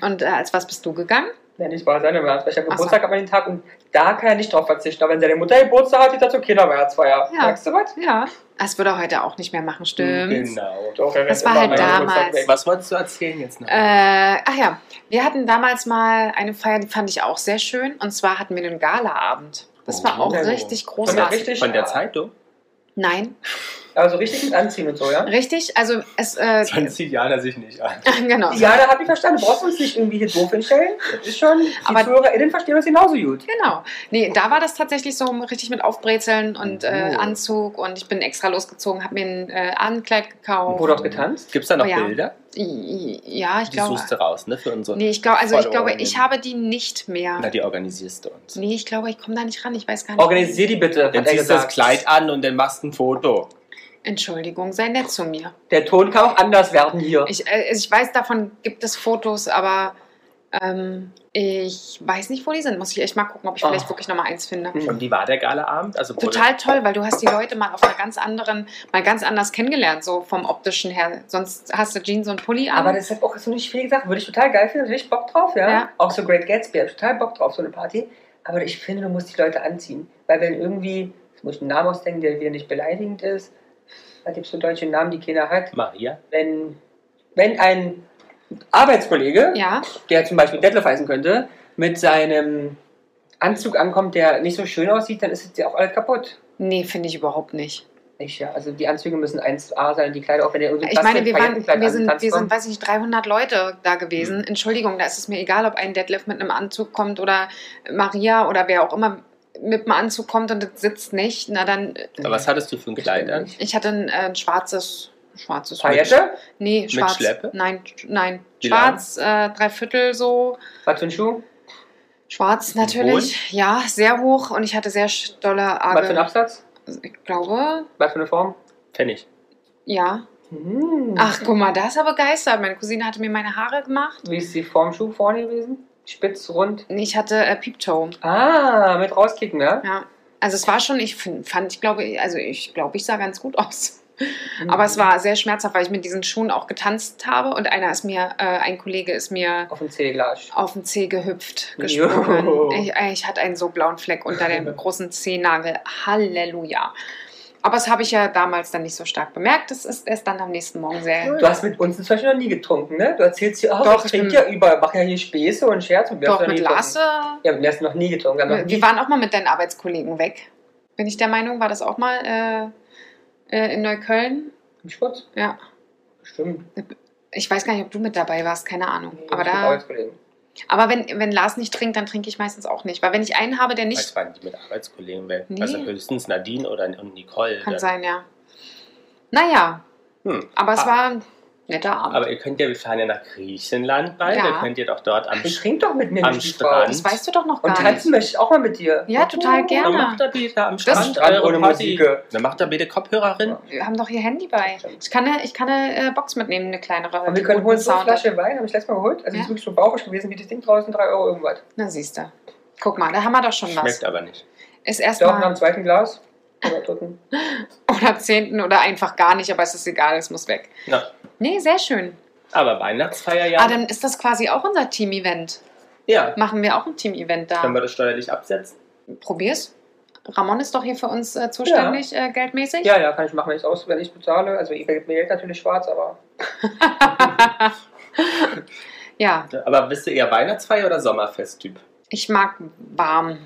Und äh, als was bist du gegangen?
Ja, nicht wahr, seine Weihnachtsfeier.
Ach so.
Geburtstag hat man den Tag und da kann er nicht drauf verzichten. Aber wenn seine Mutter Geburtstag hat, ist das so Kinderweihnachtsfeier.
Ja.
Sagst du was?
Ja. Das würde er heute auch nicht mehr machen, stimmt.
Genau.
Doch, er
Das
rennt
war
immer
halt
an meinem Geburtstag
damals.
weg.
Was wolltest du erzählen jetzt noch?
Äh, ach ja, wir hatten damals mal eine Feier, die fand ich auch sehr schön. Und zwar hatten wir einen Galaabend. Das war auch
Oh.
richtig
von,
war
der,
großartig.
richtig-
von der Zeitung?
Nein,
Also richtig anziehen und so, ja?
richtig. Also es. Äh,
20 Jahre sich nicht an.
*laughs* genau.
Ja, da hab ich verstanden. Du brauchst uns nicht irgendwie hier doof hinstellen. Das ist schon, die
Aber-
ZuhörerInnen verstehen das genauso gut.
Genau. Nee, da war das tatsächlich so um richtig mit Aufbrezeln und äh,
Oh.
Anzug und ich bin extra losgezogen, habe mir ein äh, Abendkleid gekauft.
Wurde auch getanzt?
Gibt es da noch
Oh ja.
Bilder?
I- i- Ja, ich
Die suchst du
glaube.
raus, ne? Für unsere.
Nee, ich glaube, also ich glaube,
Followerinnen.
ich habe die nicht
Na,
mehr.
die organisierst du uns.
Nee, ich glaube, ich komme da nicht ran. Ich weiß gar nicht.
Organisier die bitte, hat
Dann
er
ziehst du das
gesagt.
Kleid an und dann machst du ein Foto.
Entschuldigung, sei nett zu mir.
Der Ton kann auch anders werden hier.
Ich, äh, ich weiß, davon gibt es Fotos, aber ähm, ich weiß nicht, wo die sind. Muss ich echt mal gucken, ob ich vielleicht
Ah.
wirklich nochmal eins finde.
Und wie war der Galaabend? Also wurde-
Hm. Total toll, weil du hast die Leute mal auf einer ganz anderen, mal ganz anders kennengelernt, so vom optischen her. Sonst hast du Jeans und Pulli an.
Aber das hat auch so nicht viel gesagt. Würde ich total geil finden, natürlich Bock drauf, ja.
Ja.
Auch so Great Gatsby, hab ich total Bock drauf, so eine Party. Aber ich finde, du musst die Leute anziehen. Weil wenn irgendwie, jetzt muss ich einen Namen ausdenken, der wieder nicht beleidigend ist, da gibt es so deutsche Namen, die keiner hat.
Maria.
Wenn, wenn ein Arbeitskollege,
ja,
der zum Beispiel Detlef heißen könnte, mit seinem Anzug ankommt, der nicht so schön aussieht, dann ist es ja auch alles kaputt.
nee, finde ich überhaupt nicht.
Ich, ja, also die Anzüge müssen 1A sein, die Kleider, auch wenn der irgendwie
Ich meine, wir, waren,
Paillettenkleid
wir, sind,
antanzt
wir sind,
kommt.
weiß ich nicht, 300 Leute da gewesen. Entschuldigung, da ist es mir egal, ob ein Deadlift mit einem Anzug kommt oder Maria oder wer auch immer mit einem Anzug kommt und das sitzt nicht. Na dann,
Aber was hattest du für ein Kleid an?
ich hatte ein, äh, ein schwarzes, schwarzes
Paillette?
Nee, schwarz.
Schleppe?
Nein, sch- nein.
Wie
schwarz, äh, drei Viertel so.
Was für ein Schuh?
Schwarz natürlich. Ja, sehr hoch und ich hatte sehr sch- dolle
Was für ein
Arge.
Absatz?
Ich glaube,
Was für eine Form? Hm.
Pfennig.
ja. Ach, guck mal, das ist aber begeistert. Meine Cousine hatte mir meine Haare gemacht.
Wie ist die Form Schuh vorne gewesen? Spitz, rund.
Nee, Ich hatte äh, Peeptoe.
Ah, mit rauskicken, ne?
Ja. Also es war schon, ich fin- fand, ich glaube, also ich glaube, ich sah ganz gut aus.
Mhm.
Aber es war sehr schmerzhaft, weil ich mit diesen Schuhen auch getanzt habe und einer ist mir, äh, ein Kollege ist mir
Auf dem Zählglas.
auf den Zeh gehüpft,
Jo.
gesprungen. Ich, äh, ich hatte einen so blauen Fleck unter
*laughs*
dem großen Zehnagel. Halleluja. Aber das habe ich ja damals dann nicht so stark bemerkt. Das ist erst dann am nächsten Morgen sehr.
Du hast mit uns zum Beispiel noch nie getrunken, ne? Du erzählst hier auch,
Doch,
ich trinke
ich
ja überall, mach ja hier Späße und Scherze. Und wir
Doch,
haben noch
mit
nie getrunken.
Lasse.
Ja, wir hast noch nie getrunken. Wir haben noch nie
Wir waren auch mal mit deinen Arbeitskollegen weg. Bin ich der Meinung, war das auch mal äh, äh, in Neukölln?
im Sport.
Ja.
Stimmt.
Ich weiß gar nicht, ob du mit dabei warst, keine Ahnung.
Nee,
Aber
ich bin
da.
Arbeitskollegen.
Aber wenn, wenn Lars nicht trinkt, dann trinke ich meistens auch nicht. Weil wenn ich einen habe, der
Ich
nicht.
war nicht mit Arbeitskollegen weg.
Nee.
Also höchstens Nadine oder und Nicole.
Kann
dann.
sein, ja. Naja,
Hm.
aber es
Ah.
war ein netter Abend.
Aber ihr könnt ja, wir fahren ja nach Griechenland bald.
Ja.
Ihr könnt ja doch dort am
Ich trinke doch mit mir
Am
nicht die
Strand.
Frau.
das weißt du doch noch
Und
gar
tanzen
nicht.
möchte ich auch mal mit dir.
Ja, total
Dann
gerne.
macht er bitte am Strand
Strand
eure
ohne
Party.
Musik.
Dann macht er bitte Kopfhörerin.
Wir haben doch hier Handy bei. Ich kann eine, ich kann eine äh, Box mitnehmen, eine kleinere.
Und wir
die
können
guten
holen so eine
Sound hat.
Flasche Wein, habe ich letztes Mal geholt. Also die ist
Ja.
wirklich so bauchisch gewesen, wie das Ding draußen, 3 Euro irgendwas.
Na, siehst du. Guck mal, da haben wir doch schon
Schmeckt
was.
aber nicht.
Ist
Doch, nach
erstmal
dem zweiten Glas. Oder dritten.
*laughs* oder zehnten oder einfach gar nicht, aber es ist egal, es muss weg.
Na,
Nee, sehr schön.
aber Weihnachtsfeier ja.
Ah, dann ist das quasi auch unser Team-Event.
ja.
Machen wir auch ein Team-Event da.
Können wir das steuerlich absetzen?
Probier's. Ramon ist doch hier für uns äh, zuständig, äh, geldmäßig.
Ja, ja, kann ich machen, wenn ich aus, wenn ich bezahle. Also ihr gebt mir Geld natürlich schwarz, aber
ja,
Aber bist du eher Weihnachtsfeier oder Sommerfest-Typ?
ich mag warm.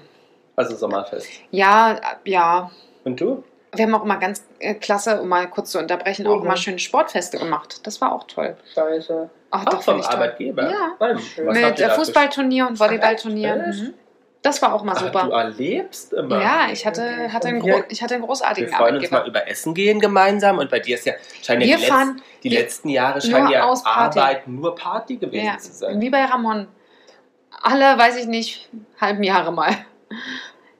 Also Sommerfest.
Ja, äh, ja.
Und du?
Wir haben auch immer ganz äh, klasse, um mal kurz zu unterbrechen, auch
Mhm.
immer schöne Sportfeste gemacht. Das war auch toll.
scheiße.
Ach,
Auch
doch,
vom
fand ich toll.
Arbeitgeber.
Ja,
War das schön.
Hm, Was habt
mit
ihr
äh,
da
Fußballturnier und Volleyballturnier.
Ach, echt?
Mhm. Das war auch mal
Ach, du
super.
erlebst immer.
Ja, ich hatte,
Okay.
hatte, einen,
Und wir-
gro ich hatte einen
Wir
großartigen
freuen uns mal
Arbeitgeber.
über Essen gehen gemeinsam und bei dir ist ja, scheinen ja
Wir
die, letz-
fahren
die
wir-
letzten Jahre scheinen ja
aus Party.
Arbeit nur Party gewesen
Ja,
zu sein.
wie bei Ramon. Alle, weiß ich nicht, halben Jahre mal.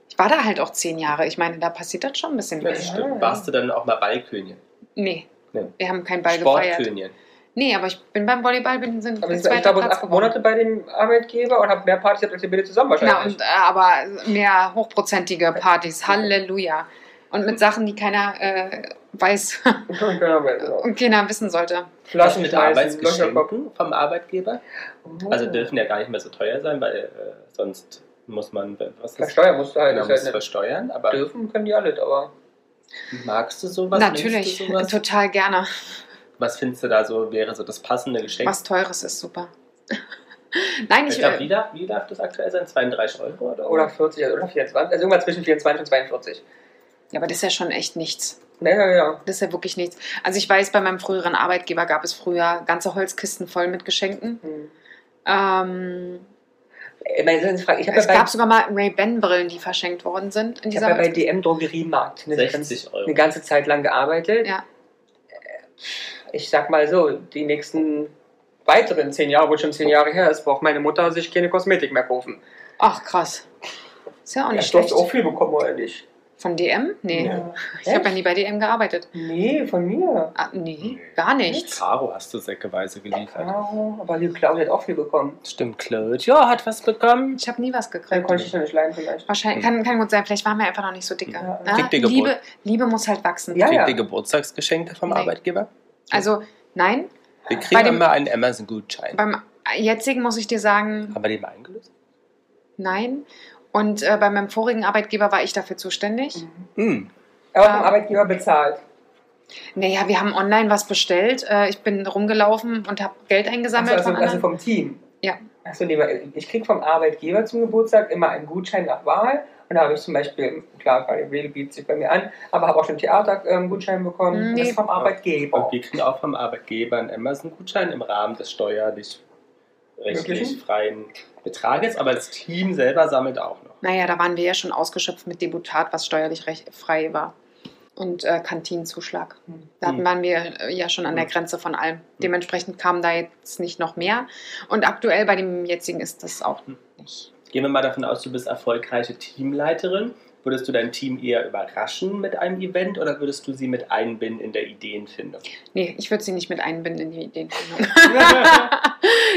Ich war da halt auch zehn Jahre. Ich meine, da passiert dann schon ein bisschen
Ja,
was.
das stimmt. Warst du dann auch mal Ballkönigin?
Nee,
Nee.
wir haben keinen Ball gefeiert.
Sportkönigin.
Nee, aber ich bin beim Volleyball, bin, sind,
Aber
bin
ich war, ich
zweiter
glaube, ich war
Platz
acht
geworden.
Monate bei dem Arbeitgeber und habe mehr Partys gehabt als ihr beide zusammen
Na,
wahrscheinlich.
und, äh, aber mehr hochprozentige Partys. Halleluja. Und mit Sachen, die keiner äh, weiß *laughs*
*laughs* Genau.
und keiner wissen sollte.
Was
Flaschen
mit
schmeißen, Löcher
Arbeitsgeschenken vom Arbeitgeber?
Oh.
kochen.
Also dürfen ja gar nicht mehr so teuer sein, weil äh, sonst muss man äh, was ist,
Versteuern musst du halt.
man
Das
Genau, muss
ist halt
versteuern.
nicht.
Aber
Dürfen können die alle, aber
magst du sowas?
Natürlich,
Nimmst du sowas?
total gerne.
Was findest du da so, wäre so das passende Geschenk?
Was Teures ist super. *laughs* Nein,
ich
ich,
glaub,
äh,
wie, darf, wie darf das aktuell sein? 32 Euro oder?
oder 40 oder 24, also irgendwann zwischen 24 und 42.
äh, Ja, aber das ist ja schon echt nichts.
Naja, ja.
Das ist ja wirklich nichts. Also ich weiß, bei meinem früheren Arbeitgeber gab es früher ganze Holzkisten voll mit Geschenken.
Hm.
Ähm,
Ich meine, das ist eine Frage. ich habe
es
ja
gab
bei,
sogar mal Ray-Ban-Brillen, die verschenkt worden sind. In
ich
dieser
hab ja bei
Holz-
DM Drogeriemarkt eine,
60
ganze-
Euro.
eine ganze Zeit lang gearbeitet. Äh,
Ja.
Ich sag mal so, die nächsten weiteren 10 Jahre, wo schon 10 Jahre her ist, braucht meine Mutter sich keine Kosmetik mehr kaufen.
Ach krass. Ist ja auch nicht
Ich
schlecht.
durfte auch viel bekommen, oder nicht?
Von DM? Nee.
Ja.
Ich habe ja nie bei DM gearbeitet.
Nee, von mir.
Ah, nee, gar nichts.
Caro hast du säckeweise geliefert.
Ah, aber die Claudia hat auch viel bekommen.
Stimmt, Claude. Ja, hat was bekommen.
Ich habe nie was gekriegt.
Dann konnte ich schon nicht leiden vielleicht.
Wahrscheinlich, kann, kann gut sein, vielleicht waren wir einfach noch nicht so dicke.
Ja.
Ah,
Kriegt ihr Geburt?
Liebe, Liebe muss halt wachsen.
Ja,
Kriegt
ja.
ihr Geburtstagsgeschenke vom
Nee.
Arbeitgeber?
Also, nein,
Wir kriegen
dem-
immer einen Amazon-Gutschein.
beim jetzigen muss ich dir sagen,
Haben wir den mal eingelöst?
nein. Und äh, bei meinem vorigen Arbeitgeber war ich dafür zuständig.
Mhm.
Hm.
Aber
Ah.
vom Arbeitgeber bezahlt.
Naja, wir haben online was bestellt. Äh, Ich bin rumgelaufen und habe Geld eingesammelt
also,
von
also
anderen.
vom Team.
Ja.
Achso, nee, weil ich kriege vom Arbeitgeber zum Geburtstag immer einen Gutschein nach Wahl. Und da habe ich zum Beispiel, klar, Wähle bietet sich bei mir an, aber habe auch schon Theatergutschein ähm, Gutschein bekommen.
Nee.
Das ist vom Arbeitgeber.
Und wir kriegen auch vom Arbeitgeber einen Amazon-Gutschein im Rahmen des steuerlich rechtlich
Möglichen?
freien Betrages, aber das Team selber sammelt auch noch.
Naja, da waren wir ja schon ausgeschöpft mit Deputat, was steuerlich recht frei war. Und äh, Kantinenzuschlag.
Hm.
Da hatten-
Hm.
waren wir äh, ja schon an der
Hm.
Grenze von allem. Dementsprechend kam da jetzt nicht noch mehr. Und aktuell bei dem jetzigen ist das auch nicht.
Gehen wir mal davon aus, du bist erfolgreiche Teamleiterin. Würdest du dein Team eher überraschen mit einem Event oder würdest du sie mit einbinden in der Ideenfindung? *laughs*
Nee, ich würde sie nicht mit einbinden in die Ideenfindung.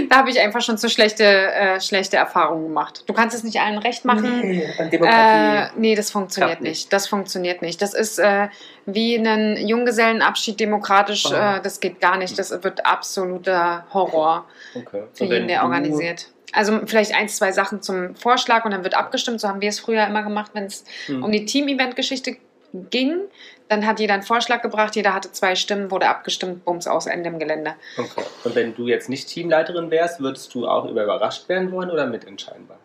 da habe ich einfach schon zu schlechte, äh, schlechte Erfahrungen gemacht. Du kannst es nicht allen recht machen.
Nee, an
Äh,
Demokratie.
nee, das funktioniert
Klappt nicht.
nicht. Das funktioniert nicht. Das ist äh, wie ein Junggesellenabschied demokratisch.
Oh.
Äh, das geht gar nicht. Das wird absoluter Horror
Okay. Und
für
wenn
jeden, der
du-
organisiert. Also vielleicht ein, zwei Sachen zum Vorschlag und dann wird abgestimmt. So haben wir es früher immer gemacht, wenn es
Hm.
um die Team-Event-Geschichte ging. Dann hat jeder einen Vorschlag gebracht, jeder hatte zwei Stimmen, wurde abgestimmt, bums, aus Ende im Gelände.
Okay. Und wenn du jetzt nicht Teamleiterin wärst, würdest du auch über überrascht werden wollen oder mitentscheidbar?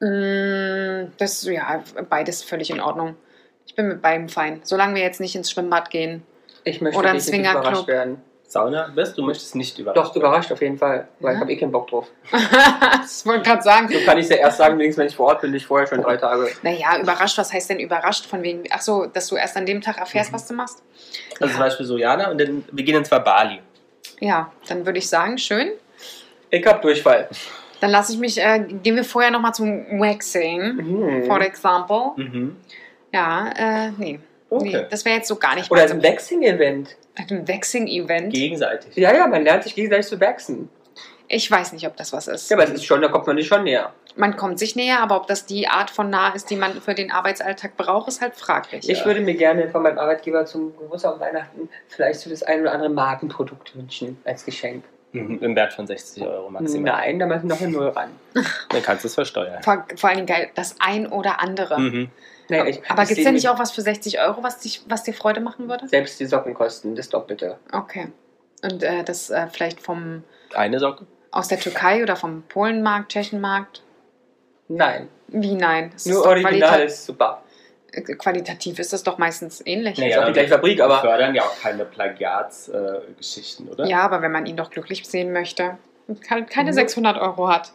Mm, Das ist ja beides völlig in Ordnung. Ich bin mit beidem fein. Solange wir jetzt nicht ins Schwimmbad gehen.
Ich möchte
Oder
Oder
ein
nicht
Swingerclub.
überrascht werden.
Sauna bist? Du möchtest nicht überrascht
Doch, überrascht auf jeden Fall, weil
Ja.
ich habe eh keinen Bock drauf. *laughs*
das wollte ich gerade sagen.
So kann ich ja erst sagen, wenigstens wenn ich vor Ort bin, nicht vorher schon drei Tage.
Naja, überrascht, was heißt denn überrascht? Von wegen, ach so, dass du erst an dem Tag erfährst,
Mhm.
was du machst?
Also zum Beispiel so Jana und dann, wir gehen dann zwar Bali.
Ja, dann würde ich sagen, schön.
Ich hab Durchfall.
Dann lasse ich mich, äh, gehen wir vorher nochmal zum Waxing,
Mhm.
for example.
Mhm.
Ja, äh, nee. nee
Okay.
das wäre jetzt so gar nicht
Oder
mein-
ein Waxing-Event.
ein Waxing-Event.
Gegenseitig.
Ja, ja, man lernt sich gegenseitig zu waxen.
Ich weiß nicht, ob das was ist.
Ja, aber es ist schon, da kommt man nicht schon näher.
Man kommt sich näher, aber ob das die Art von nah ist, die man für den Arbeitsalltag braucht, ist halt fraglich.
Ich würde mir gerne von meinem Arbeitgeber zum Geburtstag und Weihnachten vielleicht so das ein oder andere Markenprodukt wünschen als Geschenk.
Mhm. Im Wert von 60 Euro maximal.
Nein, da müssen noch eine Null ran.
Dann kannst du es versteuern.
Vor, vor allen Dingen geil, das ein oder andere.
Mhm.
Naja, ich,
Aber
ich
gibt es
sehe
denn nicht
mir
auch was für 60 Euro, was, dich, was dir Freude machen würde?
Selbst die Socken kosten das Doppelte.
Okay. Und äh, das äh, vielleicht vom
Eine Socke.
aus der Türkei oder vom Polenmarkt, Tschechenmarkt?
Nein,
Wie nein? Das
nur
doch
original ist super.
qualita- äh, qualitativ ist das doch meistens ähnlich.
Nee.
ist auch
Ja,
die gleiche Fabrik,
Wir
aber
fördern ja auch keine Plagiatsgeschichten, äh, Geschichten, oder?
Ja, aber wenn man ihn doch glücklich sehen möchte und ke- keine
ne? Mhm.
600 Euro hat.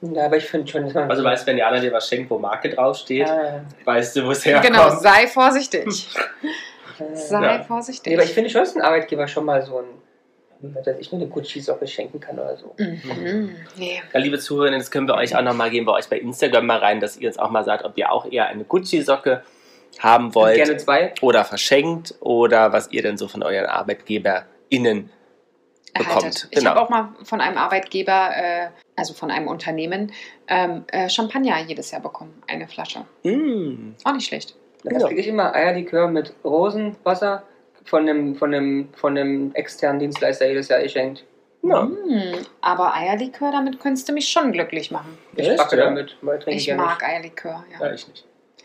ja, aber ich finde schon, dass man...
Also weißt du, wenn Jana dir was schenkt, wo Marke draufsteht,
Ah,
weißt du, wo es herkommt.
genau, sei vorsichtig.
ah.
Sei
Ja.
vorsichtig.
Nee, aber ich finde schon, dass ein Arbeitgeber schon mal so ein, dass ich nur eine Gucci-Socke schenken kann oder so.
mhm. nee.
Ja, liebe Zuhörerinnen, das können wir euch auch nochmal geben bei euch bei Instagram mal rein, dass ihr uns auch mal sagt, ob ihr auch eher eine Gucci-Socke haben
Und
wollt
gerne zwei.
oder verschenkt oder was ihr denn so von euren ArbeitgeberInnen
Erheitert.
bekommt.
Ich
genau.
habe auch mal von einem Arbeitgeber, äh, also von einem Unternehmen, ähm, äh, Champagner jedes Jahr bekommen. Eine Flasche.
Mm.
Auch nicht schlecht.
Dann
Ja.
kriege ich immer Eierlikör mit Rosenwasser von einem, von einem, von einem externen Dienstleister jedes Jahr geschenkt.
Ja.
Mm, aber Eierlikör, damit könntest du mich schon glücklich machen.
Ich
Echt,
backe
ja?
damit, weil trinke
Ich
gerne.
mag Eierlikör, ja.
Ja, ich nicht.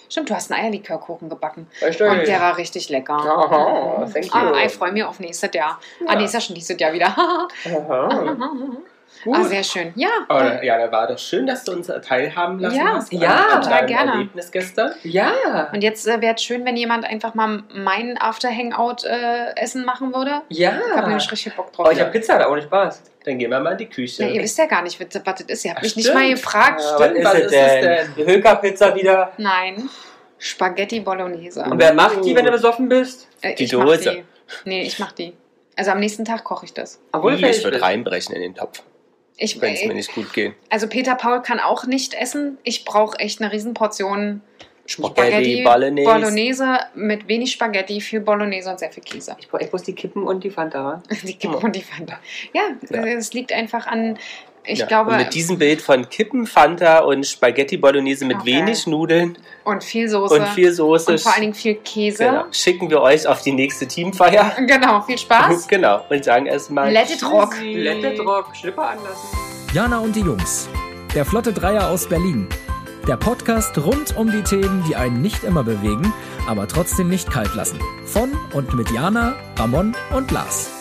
Stimmt, du hast einen Eierlikörkuchen gebacken.
Weißt
Und der
du,
war richtig lecker.
Aha, thank you.
Ah, ich freue mich auf nächstes Jahr. Ah, nee, ist ja schon nächstes Jahr wieder. *laughs*
Aha.
Gut.
ah, sehr schön. Ja.
Aber, ja, da war doch schön, dass du uns teilhaben lassen
Ja,
hast.
ja,
an, an
total
deinem
gerne.
Erlebnis gestern.
Ja,
Und jetzt äh, wäre es schön, wenn jemand einfach mal meinen After-Hangout-Essen machen würde. Ich habe
ja.
nämlich richtig Bock drauf.
Oh, ich habe Pizza da, ohne Spaß.
Dann gehen wir mal in die Küche.
ja, ihr wisst ja gar nicht, was was das ist. Ihr habt
Ach,
mich nicht
stimmt.
mal gefragt.
Ja. stimmt, was ist es denn?
Die Höker-Pizza wieder.
Nein. Spaghetti Bolognese.
Und wer macht die, wenn du besoffen bist?
Äh,
Die
ich mach
Dose.
die. Nee, ich mach die. Also am nächsten Tag koche ich das.
Obwohl
Ih,
du fertig
ich würde
bist.
reinbrechen in den Topf,
Ich,
wenn es mir
äh,
nicht gut geht.
also Peter Paul kann auch nicht essen. Ich brauche echt eine Riesenportion
Spaghetti, Bolognese.
Bolognese mit wenig Spaghetti, viel Bolognese und sehr viel Käse. *laughs*
Ich, brauch- ich muss die Kippen und die Fanta. wa?
Die Kippen und die Fanta. Ja,
Hm. Ja.
es liegt einfach an, ich
Ja,
glaube,
und mit diesem Bild von Kippen, Fanta und Spaghetti Bolognese mit
Okay.
wenig Nudeln
und viel Soße
und viel Soße
und vor allen Dingen viel Käse.
genau, schicken wir euch auf die nächste Teamfeier.
*laughs* Genau, viel Spaß.
*laughs* genau. Und sagen erstmal
Let it rock.
Let it rock, Schlipper anlassen.
Jana und die Jungs. Der Flotte Dreier aus Berlin. Der Podcast rund um die Themen, die einen nicht immer bewegen, aber trotzdem nicht kalt lassen. Von und mit Jana, Ramon und Lars.